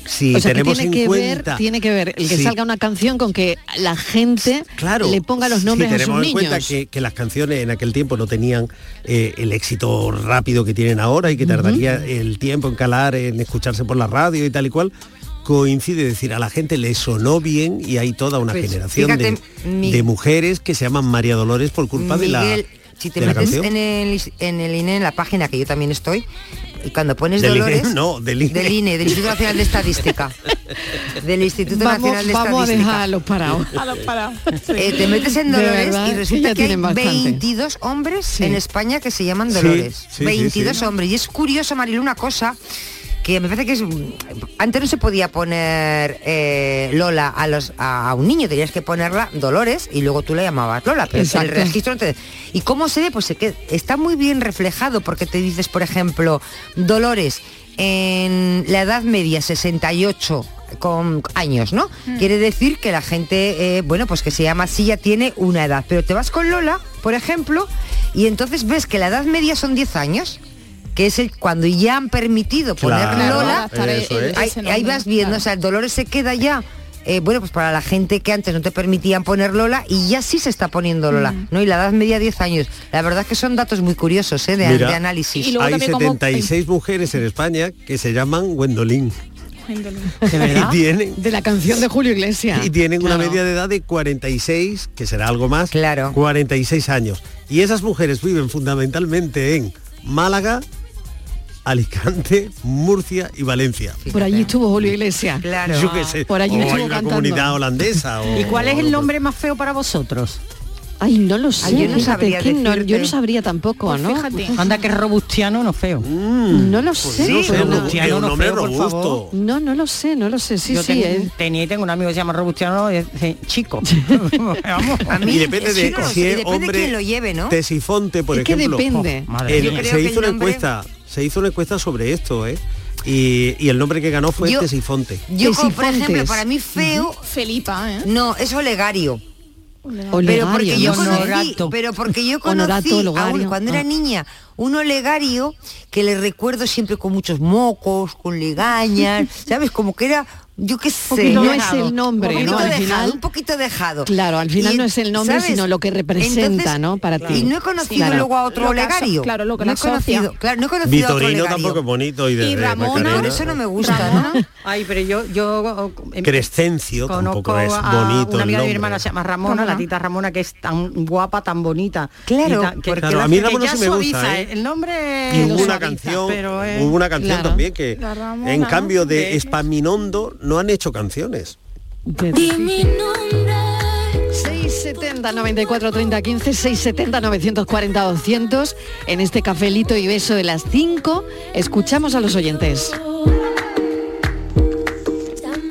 [SPEAKER 5] si
[SPEAKER 4] o sea, que
[SPEAKER 5] tenemos
[SPEAKER 4] tiene
[SPEAKER 5] en
[SPEAKER 4] que
[SPEAKER 5] cuenta
[SPEAKER 4] ver, tiene que ver el que
[SPEAKER 5] Sí.
[SPEAKER 4] salga una canción con que la gente le ponga los
[SPEAKER 5] si
[SPEAKER 4] nombres a sus
[SPEAKER 5] tenemos en
[SPEAKER 4] niños.
[SPEAKER 5] cuenta que, que las canciones en aquel tiempo no tenían eh, el éxito rápido que tienen ahora y que tardaría el tiempo en calar, en escucharse por la radio y tal y cual, coincide, es decir, a la gente le sonó bien y hay toda una
[SPEAKER 7] Pues,
[SPEAKER 5] generación de,
[SPEAKER 7] fíjate, mi-
[SPEAKER 5] de mujeres que se llaman María Dolores por culpa de
[SPEAKER 7] Miguel,
[SPEAKER 5] la...
[SPEAKER 7] si te
[SPEAKER 5] de la
[SPEAKER 7] metes
[SPEAKER 5] canción.
[SPEAKER 7] en el, en el INE, en la página que yo también estoy, y cuando pones
[SPEAKER 5] Del INE, (laughs)
[SPEAKER 7] Dolores...
[SPEAKER 5] no, del INE.
[SPEAKER 7] Del INE, del Instituto Nacional
[SPEAKER 5] (laughs)
[SPEAKER 7] de Estadística. Del Instituto
[SPEAKER 4] Vamos-
[SPEAKER 7] Nacional de
[SPEAKER 4] vamos a
[SPEAKER 7] Estadística.
[SPEAKER 4] dejar a los
[SPEAKER 7] (laughs)
[SPEAKER 4] parados. A los
[SPEAKER 1] parados.
[SPEAKER 7] Eh, te metes en
[SPEAKER 4] De
[SPEAKER 7] Dolores
[SPEAKER 4] verdad,
[SPEAKER 7] y
[SPEAKER 4] que
[SPEAKER 7] resulta
[SPEAKER 4] ya
[SPEAKER 7] que hay
[SPEAKER 4] tienen bastante.
[SPEAKER 7] 22 hombres en España que se llaman
[SPEAKER 4] Sí,
[SPEAKER 7] Dolores.
[SPEAKER 4] sí, sí,
[SPEAKER 7] 22
[SPEAKER 4] sí.
[SPEAKER 7] hombres. Y es curioso, Marilu, una cosa que me parece que es antes no se podía poner eh, Lola a los a, a un niño tenías que ponerla Dolores y luego tú la llamabas Lola pero
[SPEAKER 4] Exacto.
[SPEAKER 7] el registro no te- y cómo se ve pues que está muy bien reflejado porque te dices por ejemplo Dolores en la Edad Media 68 con años, ¿no? Quiere decir que la gente, eh, bueno, pues que se llama así ya tiene una edad. Pero te vas con Lola, por ejemplo, y entonces ves que la edad media son 10 años, que es el, cuando ya han permitido poner
[SPEAKER 4] Claro,
[SPEAKER 7] Lola,
[SPEAKER 4] adaptar el- eso es.
[SPEAKER 7] ahí,
[SPEAKER 4] ese
[SPEAKER 7] ahí
[SPEAKER 4] nombre,
[SPEAKER 7] vas viendo,
[SPEAKER 4] claro.
[SPEAKER 7] o sea, el Dolores se queda ya. eh, bueno, pues para la gente que antes no te permitían poner Lola y ya sí se está poniendo Lola,
[SPEAKER 5] Mm.
[SPEAKER 7] ¿no? Y la edad media 10 años. La verdad es que son datos muy curiosos, ¿eh? De,
[SPEAKER 5] Mira,
[SPEAKER 7] de análisis.
[SPEAKER 5] hay 76 mujeres en España que se llaman Gwendolyn.
[SPEAKER 4] ¿De verdad?
[SPEAKER 5] (laughs) Y tienen
[SPEAKER 4] De la canción de Julio Iglesias.
[SPEAKER 5] y tienen una
[SPEAKER 4] Claro.
[SPEAKER 5] media de edad de 46, que será algo más,
[SPEAKER 7] claro.
[SPEAKER 5] 46 años. Y esas mujeres viven fundamentalmente en Málaga, Alicante, Murcia y Valencia.
[SPEAKER 4] Por allí estuvo Julio Iglesias.
[SPEAKER 7] Claro.
[SPEAKER 5] Yo qué sé,
[SPEAKER 4] Por allí
[SPEAKER 5] o
[SPEAKER 4] estuvo
[SPEAKER 5] hay una
[SPEAKER 4] cantando.
[SPEAKER 5] comunidad holandesa. o-
[SPEAKER 8] ¿Y cuál es el nombre más feo para vosotros?
[SPEAKER 4] Ay, no lo sé.
[SPEAKER 8] Ay, Ah, yo no
[SPEAKER 4] fíjate,
[SPEAKER 8] sabría
[SPEAKER 4] que no-
[SPEAKER 8] decirte.
[SPEAKER 4] yo no sabría tampoco,
[SPEAKER 8] Pues
[SPEAKER 4] ¿no?
[SPEAKER 8] fíjate. Anda, que robustiano no feo.
[SPEAKER 5] Mm,
[SPEAKER 4] no lo
[SPEAKER 8] Pues
[SPEAKER 4] sé.
[SPEAKER 8] no,
[SPEAKER 4] pero
[SPEAKER 8] pero
[SPEAKER 4] no.
[SPEAKER 8] robustiano no feo, por
[SPEAKER 5] Pues
[SPEAKER 8] favor.
[SPEAKER 4] No, no lo sé, no lo sé. Sí,
[SPEAKER 8] Yo
[SPEAKER 4] sí.
[SPEAKER 8] tengo-
[SPEAKER 4] eh.
[SPEAKER 8] tenía y tengo un amigo que se llama Robustiano, eh, eh, chico. (laughs) Vamos.
[SPEAKER 5] A mí- Y depende de Chicos, si y es depende de hombre- quién lo
[SPEAKER 7] lleve, ¿no?
[SPEAKER 5] Tesifonte, por
[SPEAKER 8] Es que
[SPEAKER 5] ejemplo.
[SPEAKER 8] depende.
[SPEAKER 5] Oh,
[SPEAKER 8] Madre
[SPEAKER 5] el-
[SPEAKER 8] mía. Yo creo
[SPEAKER 5] se
[SPEAKER 8] que
[SPEAKER 5] hizo
[SPEAKER 8] el
[SPEAKER 5] una
[SPEAKER 8] nombre-
[SPEAKER 5] encuesta, se hizo una encuesta sobre esto, ¿eh? Y, y el nombre que ganó fue
[SPEAKER 7] Yo-
[SPEAKER 5] Tesifonte.
[SPEAKER 7] Yo, como, por ejemplo, para mí feo...
[SPEAKER 1] Felipa, ¿eh?
[SPEAKER 7] No, es Olegario.
[SPEAKER 4] Olegario,
[SPEAKER 7] pero porque yo
[SPEAKER 4] no sé.
[SPEAKER 7] conocí,
[SPEAKER 4] Honorato.
[SPEAKER 7] pero porque yo conocí
[SPEAKER 4] Honorato,
[SPEAKER 7] a un-
[SPEAKER 4] Olegario.
[SPEAKER 7] cuando era
[SPEAKER 4] Ah.
[SPEAKER 7] niña un olegario que le recuerdo siempre con muchos mocos, con (laughs) legañas, ¿sabes? Como que era, yo qué sé.
[SPEAKER 4] poquito No es dejado. el nombre,
[SPEAKER 7] un
[SPEAKER 4] ¿no?
[SPEAKER 7] poquito
[SPEAKER 4] Al
[SPEAKER 7] dejado,
[SPEAKER 4] final-
[SPEAKER 7] un poquito dejado.
[SPEAKER 4] Claro, al final
[SPEAKER 7] Y,
[SPEAKER 4] no es el nombre,
[SPEAKER 7] ¿sabes?
[SPEAKER 4] sino lo que representa,
[SPEAKER 7] Entonces,
[SPEAKER 4] ¿no? Para ti.
[SPEAKER 7] Y no he conocido
[SPEAKER 4] Claro.
[SPEAKER 7] luego a otro
[SPEAKER 4] Lo que aso-
[SPEAKER 7] olegario.
[SPEAKER 4] claro, lo que
[SPEAKER 7] no
[SPEAKER 4] la
[SPEAKER 7] he conocido,
[SPEAKER 4] asocia.
[SPEAKER 7] claro, no he conocido a otro
[SPEAKER 5] Vitorino
[SPEAKER 7] olegario.
[SPEAKER 5] tampoco es bonito y de
[SPEAKER 7] Y
[SPEAKER 5] de
[SPEAKER 7] Ramona,
[SPEAKER 5] Macarena.
[SPEAKER 7] por eso no me gusta, ¿no?
[SPEAKER 8] Ay, pero yo, yo eh,
[SPEAKER 5] Crescencio tampoco es
[SPEAKER 8] a
[SPEAKER 5] bonito
[SPEAKER 8] una
[SPEAKER 5] el
[SPEAKER 8] amiga de mi
[SPEAKER 5] nombre.
[SPEAKER 8] hermana se llama Ramona,
[SPEAKER 5] Ramona.
[SPEAKER 8] la tita Ramona, que es tan guapa, tan bonita.
[SPEAKER 5] Claro,
[SPEAKER 8] Y tan-
[SPEAKER 5] porque- Claro, a mí
[SPEAKER 8] que
[SPEAKER 5] Ramona
[SPEAKER 8] ya
[SPEAKER 5] sí me gusta,
[SPEAKER 8] suaviza,
[SPEAKER 5] ¿eh?
[SPEAKER 8] El nombre
[SPEAKER 5] Y
[SPEAKER 8] lo
[SPEAKER 5] hubo una
[SPEAKER 8] suaviza, (laughs)
[SPEAKER 5] canción,
[SPEAKER 8] pero, eh,
[SPEAKER 5] hubo una canción
[SPEAKER 8] claro.
[SPEAKER 5] también que,
[SPEAKER 8] La Ramona,
[SPEAKER 5] en cambio
[SPEAKER 8] ¿no?
[SPEAKER 5] de Spaminondo, no han hecho canciones.
[SPEAKER 4] Di mi 670 94 30 15 670 940 200 en este cafelito y beso de las 5 escuchamos a los oyentes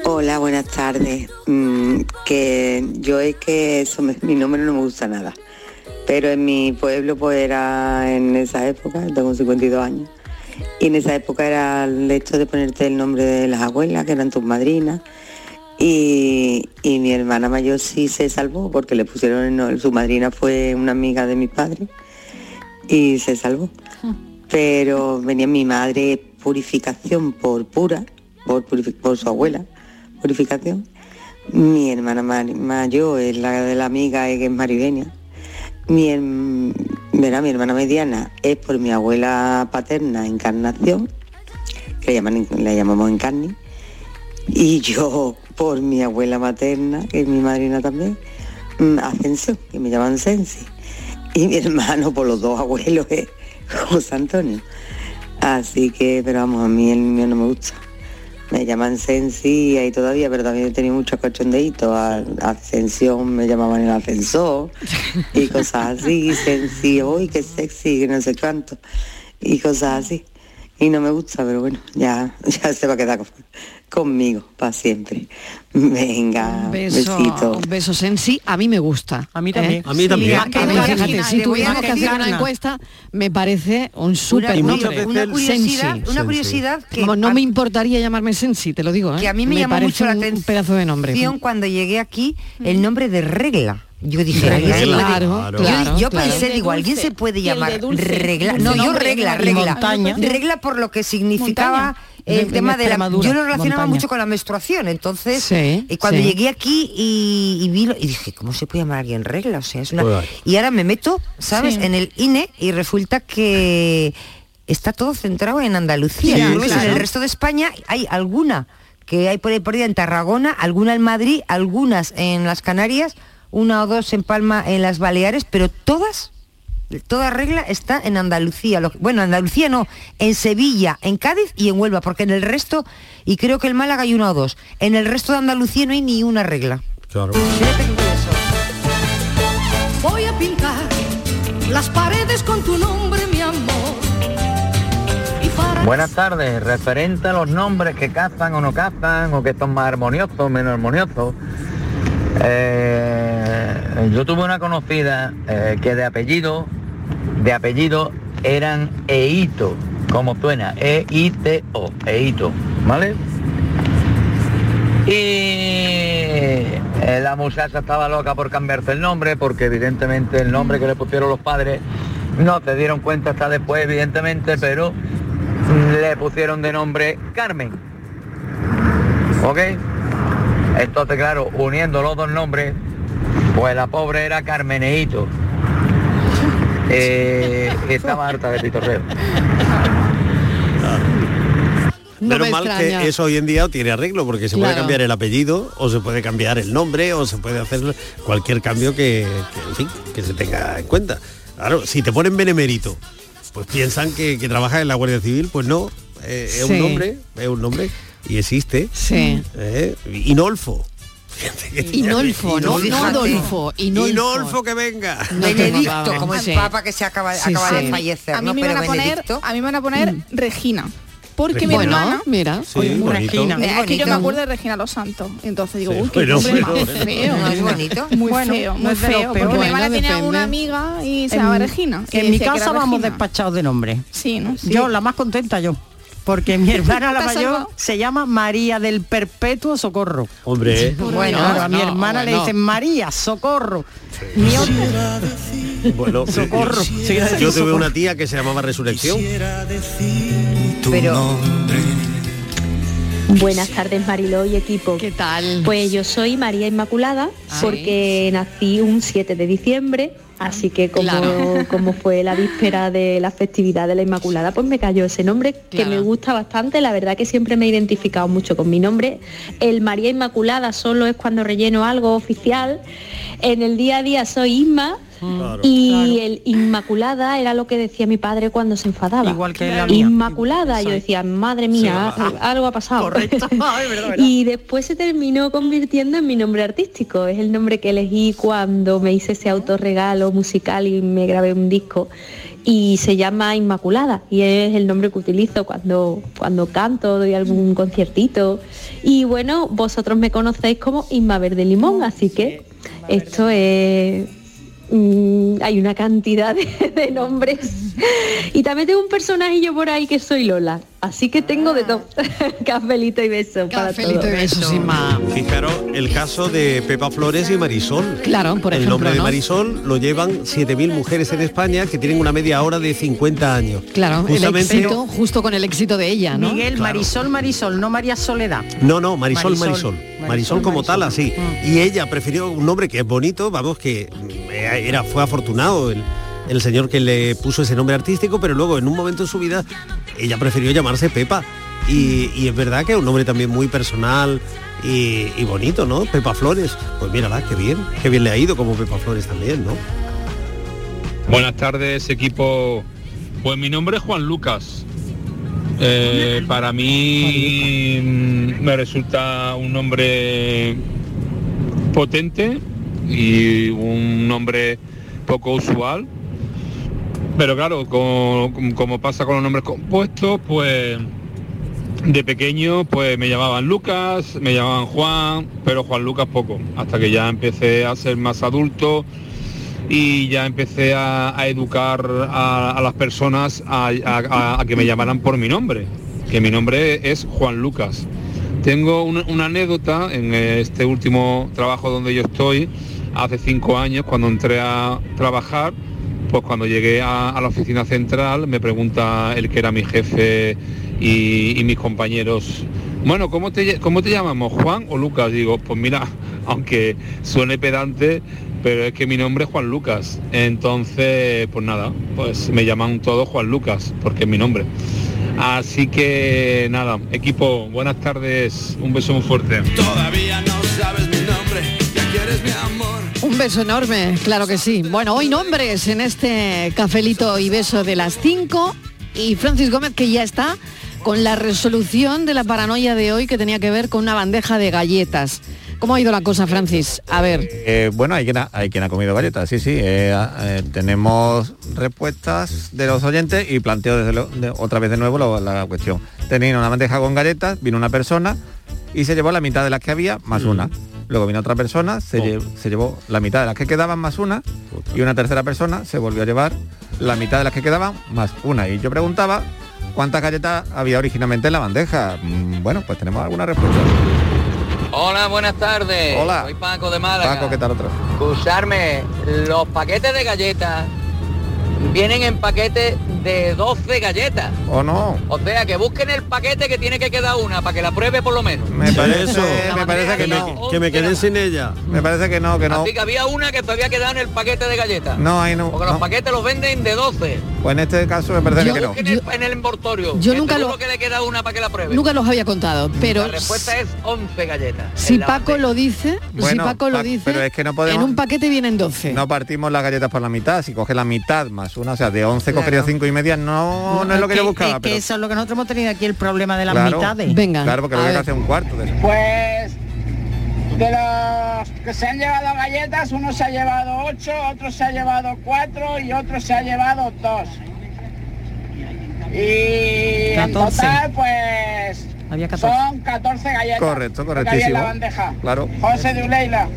[SPEAKER 14] Hola, buenas tardes. Mm, que yo es que eso me- mi nombre no me gusta nada. Pero en mi pueblo pues era en esa época, tengo 52 años. Y en esa época era el hecho de ponerte el nombre de las abuelas, que eran tus madrinas. Y, y mi hermana mayor sí se salvó porque le pusieron, el no- su madrina fue una amiga de mi padre y se salvó. Pero venía mi madre purificación por pura, por, purifi- por su abuela, purificación. Mi hermana ma- mayor es la de la amiga eh, que es maribeña. Mi, herm- verá, mi hermana mediana es por mi abuela paterna, Encarnación, que le, llaman, le llamamos Encarni. Y yo por mi abuela materna, que es mi madrina también, mm, Ascensión, que me llaman Sensi. Y mi (laughs) hermano por los dos abuelos es José Antonio. Así que, pero vamos, a mí el mío no me gusta. Me llaman Sensi ahí todavía, pero también he tenido muchos cachondeitos. A- Ascensión me llamaban el ascensor
[SPEAKER 4] (laughs)
[SPEAKER 14] y cosas así. Sensi, uy, qué sexy, que no sé cuánto. Y cosas así. Y no me gusta, pero bueno, ya, (laughs) ya se va a quedar con- conmigo para siempre. Venga,
[SPEAKER 4] Un beso,
[SPEAKER 14] besito.
[SPEAKER 4] un beso sensi, a mí me gusta. ¿eh? A mí
[SPEAKER 14] también. A mí también.
[SPEAKER 4] a
[SPEAKER 14] A mí
[SPEAKER 4] mí,
[SPEAKER 14] también.
[SPEAKER 4] fíjate, si
[SPEAKER 14] Te voy a
[SPEAKER 4] tuviéramos que
[SPEAKER 14] decir
[SPEAKER 4] hacer una
[SPEAKER 14] una.
[SPEAKER 4] encuesta, me parece un súper
[SPEAKER 7] una
[SPEAKER 4] nombre.
[SPEAKER 7] una curiosidad, una curiosidad que
[SPEAKER 4] Como no me importaría llamarme sensi, te lo digo, ¿eh?
[SPEAKER 7] Que a mí me llamó
[SPEAKER 4] parece
[SPEAKER 7] mucho la
[SPEAKER 4] un- Un pedazo de nombre.
[SPEAKER 7] atención cuando llegué aquí el nombre de regla. Yo dije,
[SPEAKER 4] Regla,
[SPEAKER 7] ¿alguien se puede-
[SPEAKER 4] claro,
[SPEAKER 7] yo-
[SPEAKER 4] claro,
[SPEAKER 7] yo,
[SPEAKER 4] claro.
[SPEAKER 7] pensé,
[SPEAKER 4] Y el de
[SPEAKER 7] digo, ¿alguien
[SPEAKER 4] dulce,
[SPEAKER 7] se puede
[SPEAKER 4] y el de
[SPEAKER 7] llamar
[SPEAKER 4] dulce,
[SPEAKER 7] regla?
[SPEAKER 4] dulce
[SPEAKER 7] No, yo
[SPEAKER 4] nombre,
[SPEAKER 7] regla,
[SPEAKER 4] regla.
[SPEAKER 7] regla.
[SPEAKER 4] Montaña.
[SPEAKER 7] Regla por lo que significaba
[SPEAKER 4] Montaña.
[SPEAKER 7] el
[SPEAKER 4] En
[SPEAKER 7] tema de la...
[SPEAKER 4] Extremadura,
[SPEAKER 7] Yo lo relacionaba
[SPEAKER 4] montaña.
[SPEAKER 7] mucho con la menstruación, entonces...
[SPEAKER 4] Sí,
[SPEAKER 7] y cuando
[SPEAKER 4] sí.
[SPEAKER 7] llegué aquí y, y vi lo- y dije, ¿cómo se puede llamar a alguien regla? O sea, es una...
[SPEAKER 4] Pues vale.
[SPEAKER 7] Y ahora me meto, ¿sabes?
[SPEAKER 4] Sí.
[SPEAKER 7] En el INE y resulta que está todo centrado en Andalucía.
[SPEAKER 4] Sí,
[SPEAKER 7] Al menos En
[SPEAKER 4] claro.
[SPEAKER 7] el resto de España hay alguna que hay por ahí por ahí en Tarragona, alguna en Madrid, algunas en las Canarias, una o dos en Palma, en las Baleares, pero todas, toda regla está en Andalucía. Lo- bueno, Andalucía no, en Sevilla, en Cádiz y en Huelva, porque en el resto, y creo que en Málaga hay una o dos, en el resto de Andalucía no hay ni una regla.
[SPEAKER 17] Voy a pintar las paredes con tu nombre, mi amor.
[SPEAKER 19] Buenas tardes, referente a los nombres que cazan o no cazan, o que son más armoniosos o menos armoniosos. eh, yo tuve una conocida eh, que de apellido, de apellido eran Eito, como suena, E E-I-T-O, Eito, ¿vale? Y eh, la muchacha estaba loca por cambiarse el nombre, porque evidentemente el nombre que le pusieron los padres no se dieron cuenta hasta después, evidentemente, pero le pusieron de nombre Carmen. ¿Ok? Entonces, claro, uniendo los dos nombres, pues la pobre era Carmeneito. Eh, estaba harta de pitorreo.
[SPEAKER 5] Menos
[SPEAKER 19] me
[SPEAKER 5] mal
[SPEAKER 19] extraña.
[SPEAKER 5] que eso hoy en día tiene arreglo, porque se puede
[SPEAKER 19] Claro.
[SPEAKER 5] cambiar el apellido, o se puede cambiar el nombre, o se puede hacer cualquier cambio que, que, en fin, que se tenga en cuenta. Claro, si te ponen benemérito, pues piensan que, que trabajas en la Guardia Civil, pues no, eh, es
[SPEAKER 4] Sí.
[SPEAKER 5] un nombre, es un nombre, y existe.
[SPEAKER 4] Sí.
[SPEAKER 5] Eh, Inolfo.
[SPEAKER 4] Inolfo, no, no
[SPEAKER 5] Fíjate.
[SPEAKER 4] Adolfo, Inolfo.
[SPEAKER 5] Inolfo, que venga.
[SPEAKER 4] No tengo
[SPEAKER 7] Benedicto,
[SPEAKER 4] pavor,
[SPEAKER 7] como
[SPEAKER 4] sí.
[SPEAKER 7] el Papa que se acaba,
[SPEAKER 4] Sí,
[SPEAKER 7] acaba
[SPEAKER 4] sí.
[SPEAKER 7] de fallecer,
[SPEAKER 1] A mí
[SPEAKER 7] ¿no?
[SPEAKER 1] me
[SPEAKER 7] Pero
[SPEAKER 1] van a poner,
[SPEAKER 7] Benedicto.
[SPEAKER 1] a mí me van a poner Regina. Porque mi
[SPEAKER 4] Bueno,
[SPEAKER 1] hermana...
[SPEAKER 4] mira.
[SPEAKER 5] Sí, Oye, bonito. Regina.
[SPEAKER 1] Es, que yo
[SPEAKER 5] bonito.
[SPEAKER 1] me acuerdo de Regina Los Santos. Entonces digo,
[SPEAKER 5] Sí,
[SPEAKER 1] uy, qué
[SPEAKER 5] bueno,
[SPEAKER 1] nombre
[SPEAKER 5] bueno,
[SPEAKER 1] más
[SPEAKER 5] bueno.
[SPEAKER 1] feo.
[SPEAKER 5] No, es
[SPEAKER 8] bonito.
[SPEAKER 1] (laughs) Muy
[SPEAKER 8] Bueno,
[SPEAKER 1] feo,
[SPEAKER 8] no
[SPEAKER 1] muy
[SPEAKER 8] es de lo
[SPEAKER 1] feo. Porque
[SPEAKER 8] peor.
[SPEAKER 1] me van a
[SPEAKER 8] Bueno,
[SPEAKER 1] tener a
[SPEAKER 8] depende.
[SPEAKER 1] una amiga y se llama Regina. y
[SPEAKER 8] En mi
[SPEAKER 1] decía que
[SPEAKER 8] casa
[SPEAKER 1] era
[SPEAKER 8] vamos
[SPEAKER 1] Regina.
[SPEAKER 8] despachados de nombre.
[SPEAKER 1] Sí, ¿no? Sí.
[SPEAKER 8] Yo, la más contenta yo. Porque
[SPEAKER 4] (laughs)
[SPEAKER 8] mi hermana la
[SPEAKER 1] ¿Te has
[SPEAKER 8] mayor
[SPEAKER 1] salvado?
[SPEAKER 8] se llama María del Perpetuo Socorro.
[SPEAKER 5] Hombre, ¿eh?
[SPEAKER 8] Bueno, a mi
[SPEAKER 5] No,
[SPEAKER 8] hermana le
[SPEAKER 5] bueno.
[SPEAKER 8] dicen María, socorro. Mi otra-
[SPEAKER 5] Bueno,
[SPEAKER 8] Socorro.
[SPEAKER 5] Yo, yo tuve una tía que se llamaba Resurrección.
[SPEAKER 7] Pero
[SPEAKER 20] Buenas tardes Mariló y equipo. ¿Qué tal? Pues yo soy María Inmaculada
[SPEAKER 21] Ah.
[SPEAKER 20] porque nací un 7 de diciembre, así que como,
[SPEAKER 21] Claro.
[SPEAKER 20] (laughs) como fue la víspera de la festividad de la Inmaculada, pues me cayó ese nombre que
[SPEAKER 21] Claro.
[SPEAKER 20] me gusta bastante, la verdad que siempre me he identificado mucho con mi nombre. El María Inmaculada solo es cuando relleno algo oficial. En el día a día soy Inma.
[SPEAKER 21] Claro.
[SPEAKER 20] y el Inmaculada era lo que decía mi padre cuando se enfadaba. Igual
[SPEAKER 21] que la mía.
[SPEAKER 20] Inmaculada, yo decía, madre mía,
[SPEAKER 21] Sí. ah,
[SPEAKER 20] algo ha pasado. (laughs)
[SPEAKER 21] verdad.
[SPEAKER 20] Y después se terminó convirtiendo en mi nombre artístico. Es el nombre que elegí cuando me hice ese autorregalo musical y me grabé un disco. Y se llama Inmaculada y es el nombre que utilizo cuando, cuando canto, doy algún conciertito. Y bueno, vosotros me conocéis como Inma Verde Limón,
[SPEAKER 21] Oh,
[SPEAKER 20] así que esto es Mm, hay una cantidad de, de nombres. Y también tengo un personajillo por ahí que soy Lola. Así que tengo de todo. Ah. (laughs) Cafelito y beso para todos.
[SPEAKER 5] Fijaros el caso de Pepa Flores y Marisol.
[SPEAKER 20] Claro, por
[SPEAKER 5] El
[SPEAKER 20] ejemplo,
[SPEAKER 5] nombre de
[SPEAKER 20] ¿no?
[SPEAKER 5] Marisol lo llevan 7.000 mujeres en España que tienen una media hora de 50 años.
[SPEAKER 4] Claro, el
[SPEAKER 5] Justamente-
[SPEAKER 4] éxito, justo con el éxito de ella, ¿no?
[SPEAKER 8] Miguel, Marisol, Marisol, no María Soledad.
[SPEAKER 5] No, no, Marisol, Marisol.
[SPEAKER 8] Marisol.
[SPEAKER 5] Marisol, Mm. como tal, así. Y ella prefirió un nombre que es bonito, vamos, que mm, era, fue afortunado el, el señor que le puso ese nombre artístico, pero luego en un momento de su vida ella prefirió llamarse Pepa. Y, y es verdad que es un nombre también muy personal y, y bonito, ¿no? Pepa Flores. Pues mírala, qué bien, qué bien le ha ido como Pepa Flores también, ¿no?
[SPEAKER 22] Buenas tardes, equipo. Pues mi nombre es Juan Lucas. Eh, para mí mm, me resulta un nombre potente y un nombre poco usual. Pero claro, como, como- como pasa con los nombres compuestos, pues de pequeño pues me llamaban Lucas, me llamaban Juan, pero Juan Lucas poco, hasta que ya empecé a ser más adulto y ya empecé a, a educar a, a las personas a, a- a- a que me llamaran por mi nombre, que mi nombre es Juan Lucas. Tengo una, una anécdota en este último trabajo donde yo estoy, hace cinco años, cuando entré a trabajar, pues cuando llegué a, a la oficina central me pregunta el que era mi jefe y, y mis compañeros, bueno, ¿cómo te, lle- ¿cómo te llamamos? ¿Juan o Lucas? Digo, pues mira, (laughs) aunque suene pedante, pero es que mi nombre es Juan Lucas. Entonces, pues nada, pues me llaman todos Juan Lucas, porque es mi nombre. Así que nada, equipo, buenas tardes, un beso muy fuerte.
[SPEAKER 3] Todavía no sabes mi nombre, ya quieres mi amor.
[SPEAKER 4] Un beso enorme, claro que sí. Bueno, hoy nombres en este cafelito y beso de las 5 y Francis Gómez que ya está con la resolución de la paranoia de hoy que tenía que ver con una bandeja de galletas. ¿Cómo ha ido la cosa, Francis? A ver,
[SPEAKER 6] Eh, bueno, hay quien, ha, hay quien ha comido galletas, sí, sí. eh, a- eh, tenemos respuestas de los oyentes y planteo desde lo- de- otra vez de nuevo lo- la cuestión. Tenía una bandeja con galletas, vino una persona y se llevó la mitad de las que había más una. Luego vino otra persona, se, lle- se llevó la mitad de las que quedaban más una y una tercera persona se volvió a llevar la mitad de las que quedaban más una. Y yo preguntaba cuántas galletas había originalmente en la bandeja. Mm, Bueno, pues tenemos alguna respuesta.
[SPEAKER 19] Hola, buenas tardes.
[SPEAKER 6] Hola.
[SPEAKER 19] Soy Paco de Málaga.
[SPEAKER 6] Paco, ¿qué tal otra vez?
[SPEAKER 19] Escucharme, los paquetes de galletas vienen en paquetes de 12 galletas.
[SPEAKER 6] ¿O no?
[SPEAKER 19] O sea, que busquen el paquete que tiene que quedar una para que la pruebe por lo menos.
[SPEAKER 6] Me parece,
[SPEAKER 5] Eso,
[SPEAKER 6] me parece que,
[SPEAKER 5] que,
[SPEAKER 6] no.
[SPEAKER 5] me, que me quedé sin ella.
[SPEAKER 6] Me parece que no, que no.
[SPEAKER 19] Así que había una que todavía quedaba en el paquete de galletas.
[SPEAKER 6] No, ahí no,
[SPEAKER 19] Porque
[SPEAKER 6] no.
[SPEAKER 19] los paquetes los venden de 12.
[SPEAKER 6] Pues en este caso me parece que no.
[SPEAKER 19] Busquen el- en el envoltorio.
[SPEAKER 4] yo
[SPEAKER 19] que
[SPEAKER 4] nunca
[SPEAKER 19] seguro
[SPEAKER 4] lo-
[SPEAKER 19] que le queda una para que la pruebe.
[SPEAKER 4] nunca los había contado, pero
[SPEAKER 19] La respuesta es 11 galletas.
[SPEAKER 4] si
[SPEAKER 19] En la-
[SPEAKER 4] Paco lo dice, si
[SPEAKER 6] Bueno,
[SPEAKER 4] Paco lo
[SPEAKER 6] Pac-
[SPEAKER 4] dice,
[SPEAKER 6] pero es que no podemos-
[SPEAKER 4] en un paquete vienen 12.
[SPEAKER 6] No partimos las galletas por la mitad, si coge la mitad más una, o sea, de 11 cogería
[SPEAKER 8] Claro.
[SPEAKER 6] 5 y media, no, no, es lo que, yo buscaba,
[SPEAKER 8] es que
[SPEAKER 6] pero
[SPEAKER 8] eso es lo que nosotros hemos tenido aquí el problema de las
[SPEAKER 6] claro,
[SPEAKER 8] mitades.
[SPEAKER 6] Claro, porque lo que hace un cuarto de eso.
[SPEAKER 21] Pues de los que se han llevado galletas, uno se ha llevado ocho, otro se ha llevado cuatro y otro se ha llevado dos. Y en
[SPEAKER 6] 14.
[SPEAKER 21] total, pues
[SPEAKER 6] Había 14.
[SPEAKER 21] son 14 galletas.
[SPEAKER 6] Correcto,
[SPEAKER 21] lo que había en
[SPEAKER 6] correctísimo.
[SPEAKER 21] la bandeja.
[SPEAKER 6] Claro.
[SPEAKER 21] José de Uleila.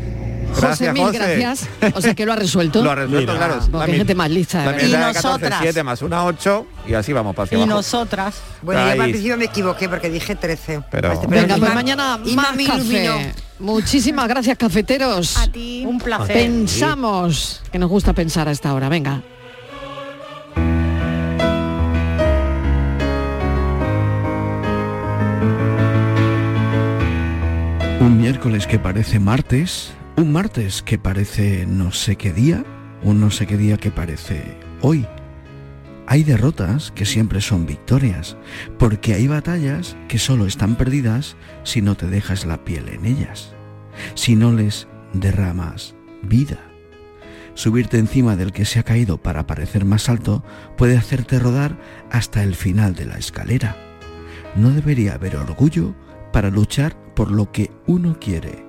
[SPEAKER 4] José,
[SPEAKER 6] Gracias,
[SPEAKER 4] mil
[SPEAKER 6] José. (laughs)
[SPEAKER 4] gracias. O sea que lo ha resuelto.
[SPEAKER 6] Lo ha resuelto, claro. La
[SPEAKER 4] Porque hay
[SPEAKER 6] mi-
[SPEAKER 4] gente más lista. de
[SPEAKER 6] La
[SPEAKER 4] verdad.
[SPEAKER 6] mitad de 14, 7 más una 8 y así vamos para hacia abajo.
[SPEAKER 8] nosotras.
[SPEAKER 7] Bueno, yo al
[SPEAKER 6] Ahí.
[SPEAKER 7] principio me equivoqué porque dije 13.
[SPEAKER 6] Pero-
[SPEAKER 4] Venga, pues mañana
[SPEAKER 7] Y
[SPEAKER 4] más
[SPEAKER 7] mami
[SPEAKER 4] café.
[SPEAKER 7] iluminó.
[SPEAKER 4] Muchísimas gracias, cafeteros. A ti. Un
[SPEAKER 8] placer.
[SPEAKER 4] Pensamos, que nos gusta pensar a esta hora. Venga.
[SPEAKER 23] Un miércoles que parece martes, un martes que parece no sé qué día, un no sé qué día que parece hoy. Hay derrotas que siempre son victorias, porque hay batallas que solo están perdidas si no te dejas la piel en ellas, si no les derramas vida. Subirte encima del que se ha caído para parecer más alto puede hacerte rodar hasta el final de la escalera. No debería haber orgullo para luchar por lo que uno quiere.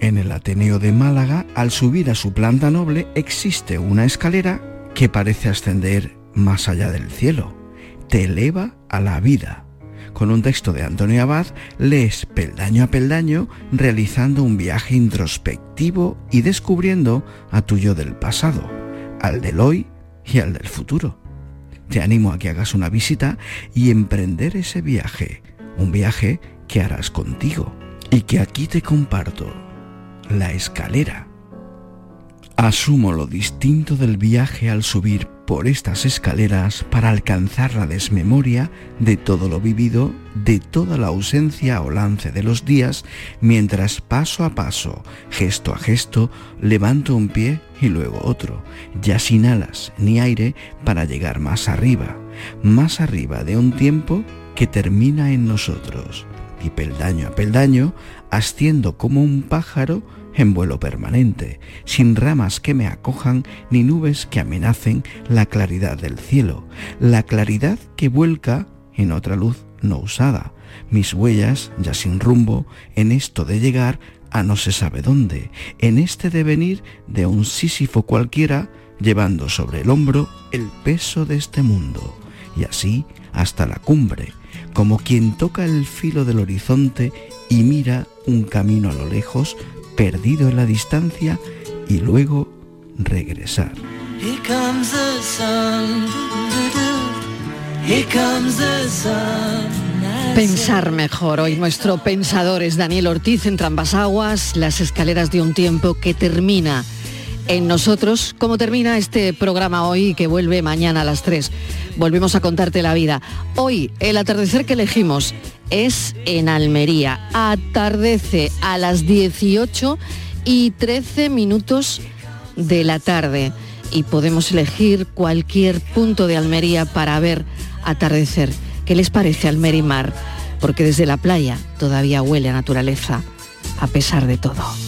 [SPEAKER 23] En el Ateneo de Málaga, al subir a su planta noble, existe una escalera que parece ascender más allá del cielo. Te eleva a la vida. Con un texto de Antonio Abad, lees peldaño a peldaño, realizando un viaje introspectivo y descubriendo a tu yo del pasado, al del hoy y al del futuro. Te animo a que hagas una visita y emprender ese viaje, un viaje que harás contigo y que aquí te comparto, la escalera. Asumo lo distinto del viaje al subir por estas escaleras para alcanzar la desmemoria de todo lo vivido, de toda la ausencia o lance de los días, mientras paso a paso, gesto a gesto, levanto un pie y luego otro, ya sin alas ni aire para llegar más arriba, más arriba de un tiempo que termina en nosotros y peldaño a peldaño, asciendo como un pájaro en vuelo permanente, sin ramas que me acojan ni nubes que amenacen la claridad del cielo, la claridad que vuelca en otra luz no usada, mis huellas ya sin rumbo en esto de llegar a no se sabe dónde, en este devenir de un Sísifo cualquiera llevando sobre el hombro el peso de este mundo, y así hasta la cumbre, como quien toca el filo del horizonte y mira un camino a lo lejos, perdido en la distancia, y luego regresar.
[SPEAKER 17] Here comes the sun. Here comes the sun.
[SPEAKER 4] Pensar mejor. Hoy nuestro pensador es Daniel Ortiz en Trambas Aguas, las escaleras de un tiempo que termina en nosotros. ¿Cómo termina este programa hoy que vuelve mañana a las 3? Volvemos a contarte la vida. Hoy el atardecer que elegimos es en Almería. Atardece a las 18 y 13 minutos de la tarde y podemos elegir cualquier punto de Almería para ver atardecer. ¿Qué les parece Almerimar? Porque desde la playa todavía huele a naturaleza, a pesar de todo.